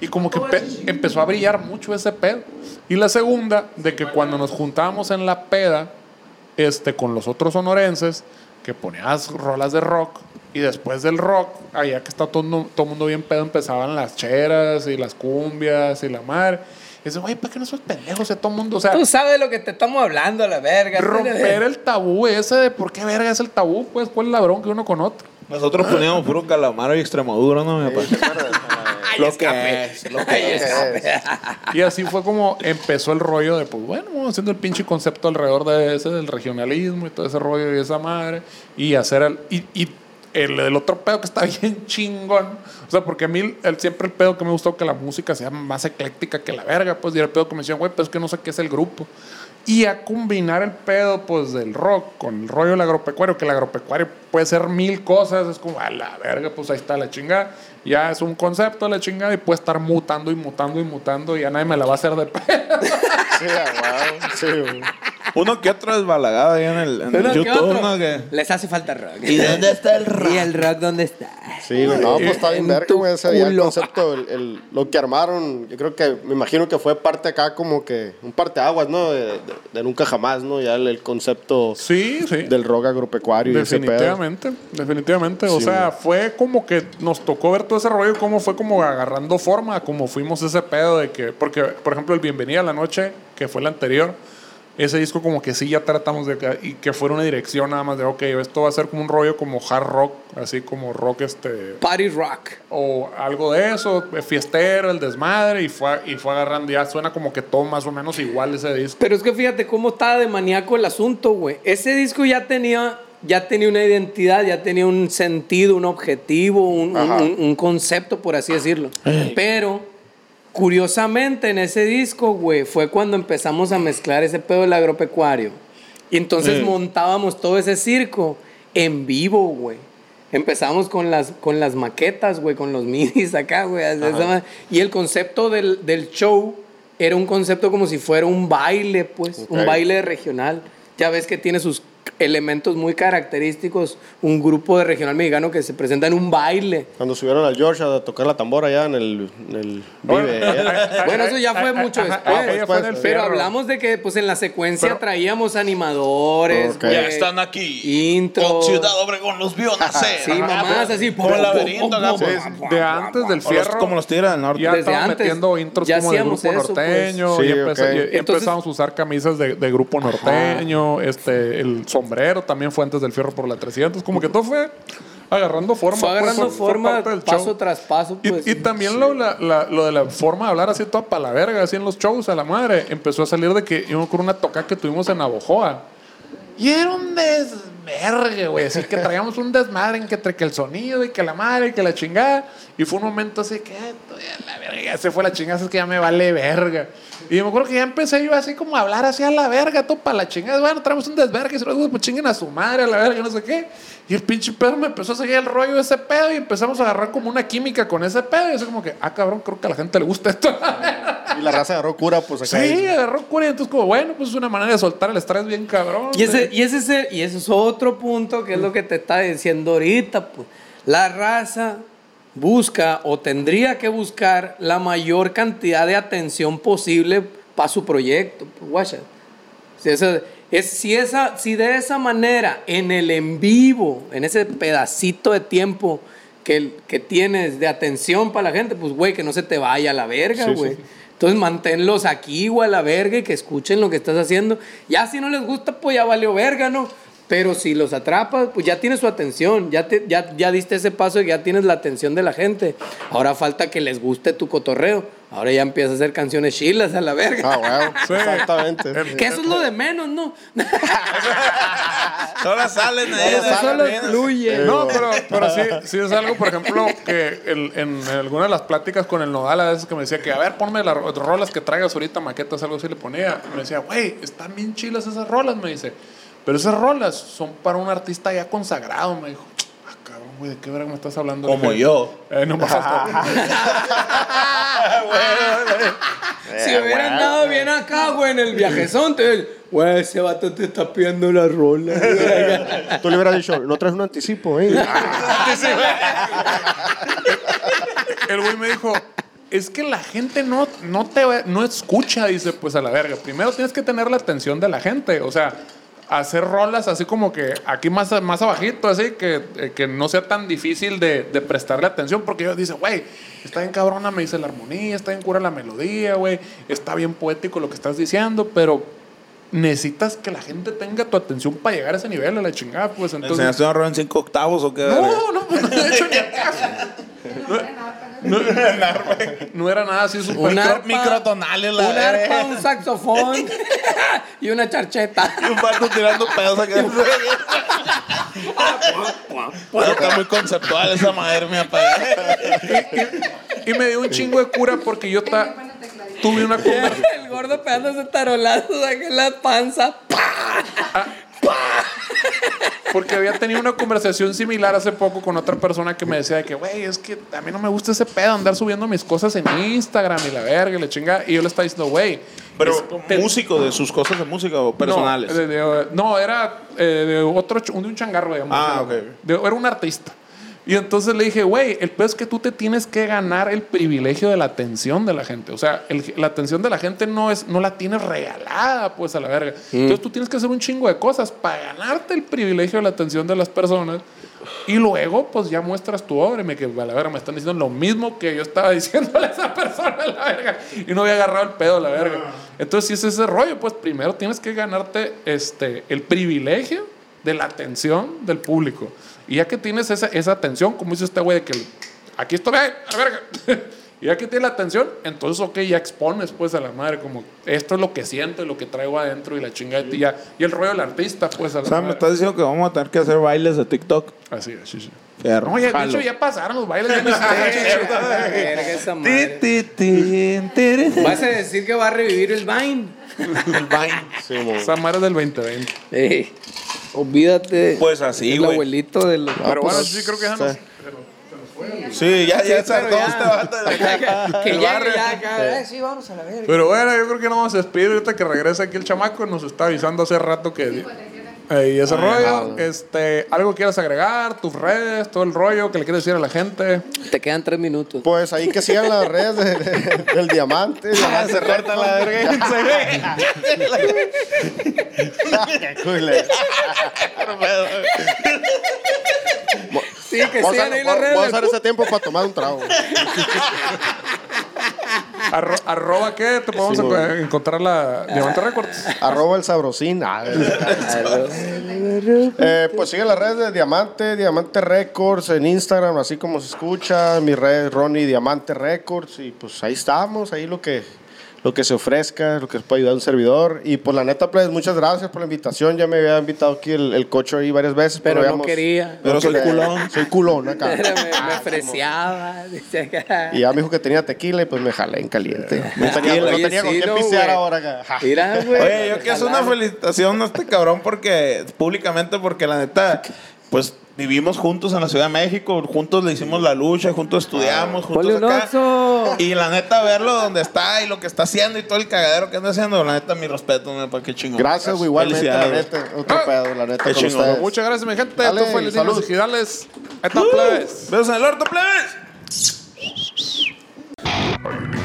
Speaker 1: Y como que pe- empezó a brillar mucho ese pedo. Y la segunda, de que cuando nos juntábamos en la peda, este, con los otros sonorenses que ponías rolas de rock y después del rock, allá que está todo el mundo bien pedo, empezaban las cheras y las cumbias y la mar. Y dices, oye, ¿para qué no sos pendejos? O sea, todo el mundo, o sea,
Speaker 2: Tú sabes de lo que te estamos hablando, a la verga.
Speaker 1: romper el tabú ese de por qué verga es el tabú, pues, cuál es la bronca uno con otro.
Speaker 3: Nosotros poníamos puro calamaro y extremadura, ¿no? Mi papá? lo que es, lo que es.
Speaker 1: Y así fue como empezó el rollo de, pues bueno, vamos haciendo el pinche concepto alrededor de ese, del regionalismo y todo ese rollo y esa madre. Y hacer el. Y, y el, el otro pedo que está bien chingón. O sea, porque a mí el- siempre el pedo que me gustó que la música sea más ecléctica que la verga, pues, y era el pedo que me decían, güey, pues es que no sé qué es el grupo. Y a combinar el pedo, pues, del rock con el rollo del agropecuario, que el agropecuario puede ser mil cosas, es como, a la verga, pues ahí está la chingada. Ya es un concepto la chingada y puede estar mutando y mutando y mutando y ya nadie me la va a hacer de pedo.
Speaker 2: pues,
Speaker 4: Sí, ah, wow. Sí, güey.
Speaker 3: Uno que otro desbalagado ahí en el en el
Speaker 2: Uno que
Speaker 3: YouTube,
Speaker 2: otro.
Speaker 3: ¿no? Que-
Speaker 2: Les hace falta rock.
Speaker 3: ¿Y dónde está el rock?
Speaker 2: ¿Y el rock dónde está?
Speaker 4: Sí, güey, no, pues está bien
Speaker 2: En
Speaker 4: verga,
Speaker 2: tu
Speaker 4: güey, ese ya el
Speaker 2: culo.
Speaker 4: concepto, el- el- lo que armaron, yo creo que, me imagino que fue parte acá como que, un parteaguas, ¿no? De, de- de nunca jamás, ¿no? Ya el, el concepto
Speaker 1: Sí, sí.
Speaker 4: del rock agropecuario y ese pedo.
Speaker 1: Definitivamente, definitivamente. o
Speaker 4: Sí,
Speaker 1: sea, fue como que nos tocó ver todo ese rollo, cómo fue como agarrando forma, como fuimos ese pedo de que, porque, por ejemplo, el Bienvenida a la Noche, que fue el anterior, ese disco como que sí ya tratamos de, que- y que fuera una dirección nada más de, ok, esto va a ser como un rollo como hard rock, así como rock este
Speaker 2: Party rock.
Speaker 1: o algo de eso, fiestero, el desmadre, y fue, y fue agarrando, ya suena como que todo más o menos igual ese disco.
Speaker 2: Pero es que fíjate cómo estaba de maníaco el asunto, güey. Ese disco ya tenía, ya tenía una identidad, ya tenía un sentido, un objetivo, un, un-
Speaker 4: Ajá.
Speaker 2: un- un concepto, por así decirlo. Pero, curiosamente, en ese disco, güey, fue cuando empezamos a mezclar ese pedo del agropecuario. Y entonces montábamos todo ese circo en vivo, güey. Empezamos con las, con las maquetas, güey, con los minis acá, güey. esa madre. Y el concepto del, del show era un concepto como si fuera un baile, pues, un
Speaker 4: Ok.
Speaker 2: baile regional. Ya ves que tiene sus elementos muy característicos, un grupo de regional mexicano que se presenta en un baile.
Speaker 4: Cuando subieron al George a tocar la tambora allá en el, en el Vive. allá.
Speaker 2: Bueno, eso ya fue mucho
Speaker 1: Ajá,
Speaker 3: Ah,
Speaker 2: después.
Speaker 3: pues,
Speaker 1: ahí Eh, ya fue en el
Speaker 2: Pero
Speaker 1: fierro.
Speaker 2: hablamos de que pues en la secuencia traíamos animadores.
Speaker 4: Ok.
Speaker 2: güey,
Speaker 3: Ya están aquí.
Speaker 2: Intro. Ah,
Speaker 3: Con Ciudad Obregón los vio nacer.
Speaker 2: Sí, mamás así.
Speaker 3: Como el laberinto, acá,
Speaker 2: Sí,
Speaker 3: pues.
Speaker 1: De antes del
Speaker 3: O los-
Speaker 1: fierro.
Speaker 3: como los tigres del norte.
Speaker 1: Ya
Speaker 2: Desde
Speaker 1: estaban
Speaker 2: antes,
Speaker 1: metiendo intros
Speaker 2: ya
Speaker 1: como de
Speaker 2: hacíamos
Speaker 1: grupo
Speaker 2: eso, pues.
Speaker 1: norteño.
Speaker 4: Sí,
Speaker 1: y empeza-
Speaker 4: ok.
Speaker 1: y- y
Speaker 2: Entonces-
Speaker 1: empezamos a usar camisas de, de grupo norteño. Este, el sombrero también fue antes del fierro por la 300. Como que todo fue agarrando forma.
Speaker 2: Fue
Speaker 1: pues,
Speaker 2: agarrando
Speaker 1: fue
Speaker 2: forma
Speaker 1: parte del
Speaker 2: paso
Speaker 1: show.
Speaker 2: tras paso.
Speaker 1: Y,
Speaker 2: Pues.
Speaker 1: y también lo, la- la- lo de la forma de hablar así toda pa' la verga, así en los shows, a la madre. Empezó a salir de que yo me acuerdo una toca que tuvimos en Abojoa. Y era un desmergue, güey. Así que traíamos un desmadre en que, entre que el sonido y que la madre y que la chingada. Y fue un momento así que, "Eh, estoy a la verga, ya se fue la chingada, es que ya me vale verga. Y me acuerdo que ya empecé yo así como a hablar así a la verga, todo para la chingada. Bueno, traemos un desvergue, y si no, pues chinguen a su madre, a la verga, no sé qué. Y el pinche perro me empezó a seguir el rollo de ese pedo y empezamos a agarrar como una química con ese pedo. Y así como que, ah, cabrón, creo que a la gente le gusta esto.
Speaker 4: Y la raza agarró cura, pues acá.
Speaker 1: sí, agarró curia. Entonces, como, bueno, pues es una manera de soltar el estrés bien cabrón.
Speaker 2: Y ese, y ese es el- y eso es otro punto que es lo que te está diciendo ahorita, pues. La raza busca o tendría que buscar la mayor cantidad de atención posible para su proyecto, pues, guacha. Si, esa, es, si, esa, si de esa manera, en el en vivo, en ese pedacito de tiempo que, que tienes de atención para la gente, pues, güey, que no se te vaya a la verga,
Speaker 4: Sí,
Speaker 2: güey.
Speaker 4: sí, sí.
Speaker 2: Entonces, manténlos aquí, güey, a la verga y que escuchen lo que estás haciendo. Ya si no les gusta, pues ya valió verga, ¿no? Pero si los atrapas, pues ya tienes su atención, ya, te- ya, ya diste ese paso y ya tienes la atención de la gente. Ahora falta que les guste tu cotorreo. Ahora ya empiezas a hacer canciones chilas a la verga.
Speaker 4: Ah, wow.
Speaker 1: Sí.
Speaker 4: Exactamente.
Speaker 2: Que eso es lo de menos, ¿no?
Speaker 3: Ahora salen ahí.
Speaker 4: Ahora
Speaker 3: de- de-
Speaker 4: salen,
Speaker 2: fluye.
Speaker 1: No, pero, pero sí, sí es algo, por ejemplo, que el- en alguna de las pláticas con el Nodal a veces que me decía que, a ver, ponme las ro- rolas que traigas ahorita, maquetas, algo así le ponía. Me decía, güey, están bien chilas esas rolas, me dice. Pero esas rolas son para un artista ya consagrado, me dijo. Ah, cabrón, güey, ¿de qué verga me estás hablando? Le
Speaker 3: Como
Speaker 1: dije,
Speaker 3: yo.
Speaker 1: Eh, no me
Speaker 2: Si hubiera andado bien acá, güey, en el viajezón, te güey, ese vato te está pidiendo la rola. güey.
Speaker 4: Tú le hubieras dicho, no traes un anticipo, ¿eh?
Speaker 1: el güey me dijo, es que la gente no, no te ve- no escucha, dice, pues a la verga. Primero tienes que tener la atención de la gente, o sea, hacer rolas así como que aquí más, a- más abajito, así, que, eh, que no sea tan difícil de, de prestarle atención, porque yo dice, güey, está bien cabrona, me dice la armonía, está bien cura la melodía, güey, está bien poético lo que estás diciendo, pero... Necesitas que la gente tenga tu atención para llegar a ese nivel, a la chingada, pues
Speaker 3: ¿Me
Speaker 1: entonces...
Speaker 3: ¿Enseñaste un error en cinco octavos o qué?
Speaker 1: No, no, pues no de hecho ni al caso. No, no era nada así súper.
Speaker 2: Una
Speaker 3: Micro-
Speaker 2: arpa,
Speaker 3: microtonales la
Speaker 2: Un arpa,
Speaker 3: verga.
Speaker 2: un saxofón y una charcheta.
Speaker 3: Y un vato tirando pedos acá. Pero está muy conceptual esa madre, mi papá.
Speaker 1: Y me dio un chingo de cura porque yo ta- tuve una conversación.
Speaker 2: El gordo pegándose tarolazos aquí en la panza.
Speaker 1: Porque había tenido una conversación similar hace poco con otra persona que me decía de que, güey, es que a mí no me gusta ese pedo andar subiendo mis cosas en Instagram y la verga y la chinga. Y yo le estaba diciendo, güey. es-
Speaker 3: Pero
Speaker 1: te-
Speaker 3: músico de sus cosas de música o personales.
Speaker 1: No, de- de- no, era eh, de otro, ch- de un changarro, digamos.
Speaker 3: Ah, ok.
Speaker 1: De- era un artista. Y entonces le dije, güey, el peor es que tú te tienes que ganar el privilegio de la atención de la gente. O sea, el- la atención de la gente no es no la tienes regalada, pues, a la verga.
Speaker 3: Mm.
Speaker 1: Entonces tú tienes que hacer un chingo de cosas para ganarte el privilegio de la atención de las personas. Y luego, pues, ya muestras tu obra. Y me que, a la verga, me están diciendo lo mismo que yo estaba diciéndole a esa persona, a la verga. Y no había agarrado el pedo, a la verga.
Speaker 3: Ah.
Speaker 1: Entonces, si es ese rollo, pues, primero tienes que ganarte este, el privilegio de la atención del público. Y ya que tienes esa, esa atención, como dice este güey, de que aquí estoy, ¡ay, a la verga! y ya que tienes la atención, entonces, ok, ya expones pues a la madre, como esto es lo que siento y lo que traigo adentro y la chingada de ti, ya. Y el rollo del artista, pues a la
Speaker 3: O sea, me
Speaker 1: madre.
Speaker 3: estás diciendo que vamos a tener que hacer bailes de TikTok.
Speaker 1: Así es, sí, sí.
Speaker 3: Perro.
Speaker 1: No, ya, de
Speaker 3: Jalo.
Speaker 1: hecho, ya pasaron los bailes. bien estrechos.
Speaker 2: Verga, esa
Speaker 3: Ti,
Speaker 2: madre.
Speaker 3: ti, ti, ti, ti, ti.
Speaker 2: Vas a decir que va a revivir el Vine.
Speaker 4: Ah, Sí, mo.
Speaker 1: Esa madre es del 2020.
Speaker 3: Ah,
Speaker 2: Ey, olvídate.
Speaker 3: Pues así,
Speaker 2: El
Speaker 3: güey.
Speaker 2: abuelito de los.
Speaker 1: Pero
Speaker 4: pues,
Speaker 1: bueno, sí, creo que ya nos-
Speaker 4: sí.
Speaker 3: Sí, ya, ya está todo este vato de la-
Speaker 2: que que
Speaker 1: El
Speaker 2: llegue
Speaker 1: barrio.
Speaker 2: ya acá. Eh, sí, vamos a la verga.
Speaker 1: Pero bueno, yo creo que no vamos a despedir ahorita que regresa aquí el chamaco. Nos está avisando hace rato que Eh, y ese
Speaker 4: Ay,
Speaker 1: rollo,
Speaker 4: nada.
Speaker 1: este, algo quieras agregar, tus redes, todo el rollo que le quieres decir a la gente.
Speaker 2: Te quedan tres minutos.
Speaker 4: Pues ahí que sigan las redes de- de- del diamante. diamante
Speaker 3: Se corta la verga. Se ve.
Speaker 4: Culero.
Speaker 2: Sí, que
Speaker 4: Vamos a-
Speaker 2: sigan ahí las redes.
Speaker 4: Voy a
Speaker 2: del
Speaker 4: usar ese tiempo para tomar un trago.
Speaker 1: Arro- arroba qué, te podemos
Speaker 4: Sí,
Speaker 1: enco-
Speaker 4: güey.
Speaker 1: encontrar la Diamante Records.
Speaker 4: Arroba el sabrosín. Ah, eh, pues sigue las redes de Diamante, Diamante Records en Instagram, así como se escucha. Mi red Ronnie Diamante Records. Y pues ahí estamos, ahí lo que, lo que se ofrezca, lo que se puede ayudar a un servidor. Y pues la neta, pues muchas gracias por la invitación. Ya me había invitado aquí el, el cocho ahí varias veces.
Speaker 2: Pero no
Speaker 4: habíamos-
Speaker 2: quería.
Speaker 3: Pero soy
Speaker 4: que-
Speaker 3: culón.
Speaker 4: Soy culón acá.
Speaker 2: Pero me, me freseaba. dice acá.
Speaker 4: Y ya me dijo que tenía tequila y pues me jalé en caliente. No tenía, no
Speaker 2: Oye,
Speaker 4: tenía con
Speaker 2: sí,
Speaker 4: qué
Speaker 2: no,
Speaker 4: pisear
Speaker 2: güey.
Speaker 4: ahora acá. Ja.
Speaker 2: Mira, güey.
Speaker 3: Oye, yo quiero hacer una felicitación a este cabrón porque, públicamente, porque la neta, pues vivimos juntos en la Ciudad de México, juntos le hicimos la lucha, juntos estudiamos,
Speaker 4: Ah.
Speaker 3: juntos
Speaker 2: Ponle un
Speaker 3: acá.
Speaker 2: oxo.
Speaker 3: Y la neta, verlo donde está y lo que está haciendo y todo el cagadero que anda haciendo, la neta, mi respeto, me para qué chingón.
Speaker 4: Gracias, güey. Igualmente, la
Speaker 3: Felicidades.
Speaker 4: neta. Otro pedo, la neta.
Speaker 3: Qué
Speaker 4: con
Speaker 3: chingón.
Speaker 4: ustedes.
Speaker 1: Muchas gracias, mi gente.
Speaker 4: Dale,
Speaker 1: Esto fue el
Speaker 4: salud.
Speaker 1: Digitales. Ahí está,
Speaker 3: Uh,
Speaker 1: plebes.
Speaker 3: Besos en el orto, plebes.
Speaker 6: El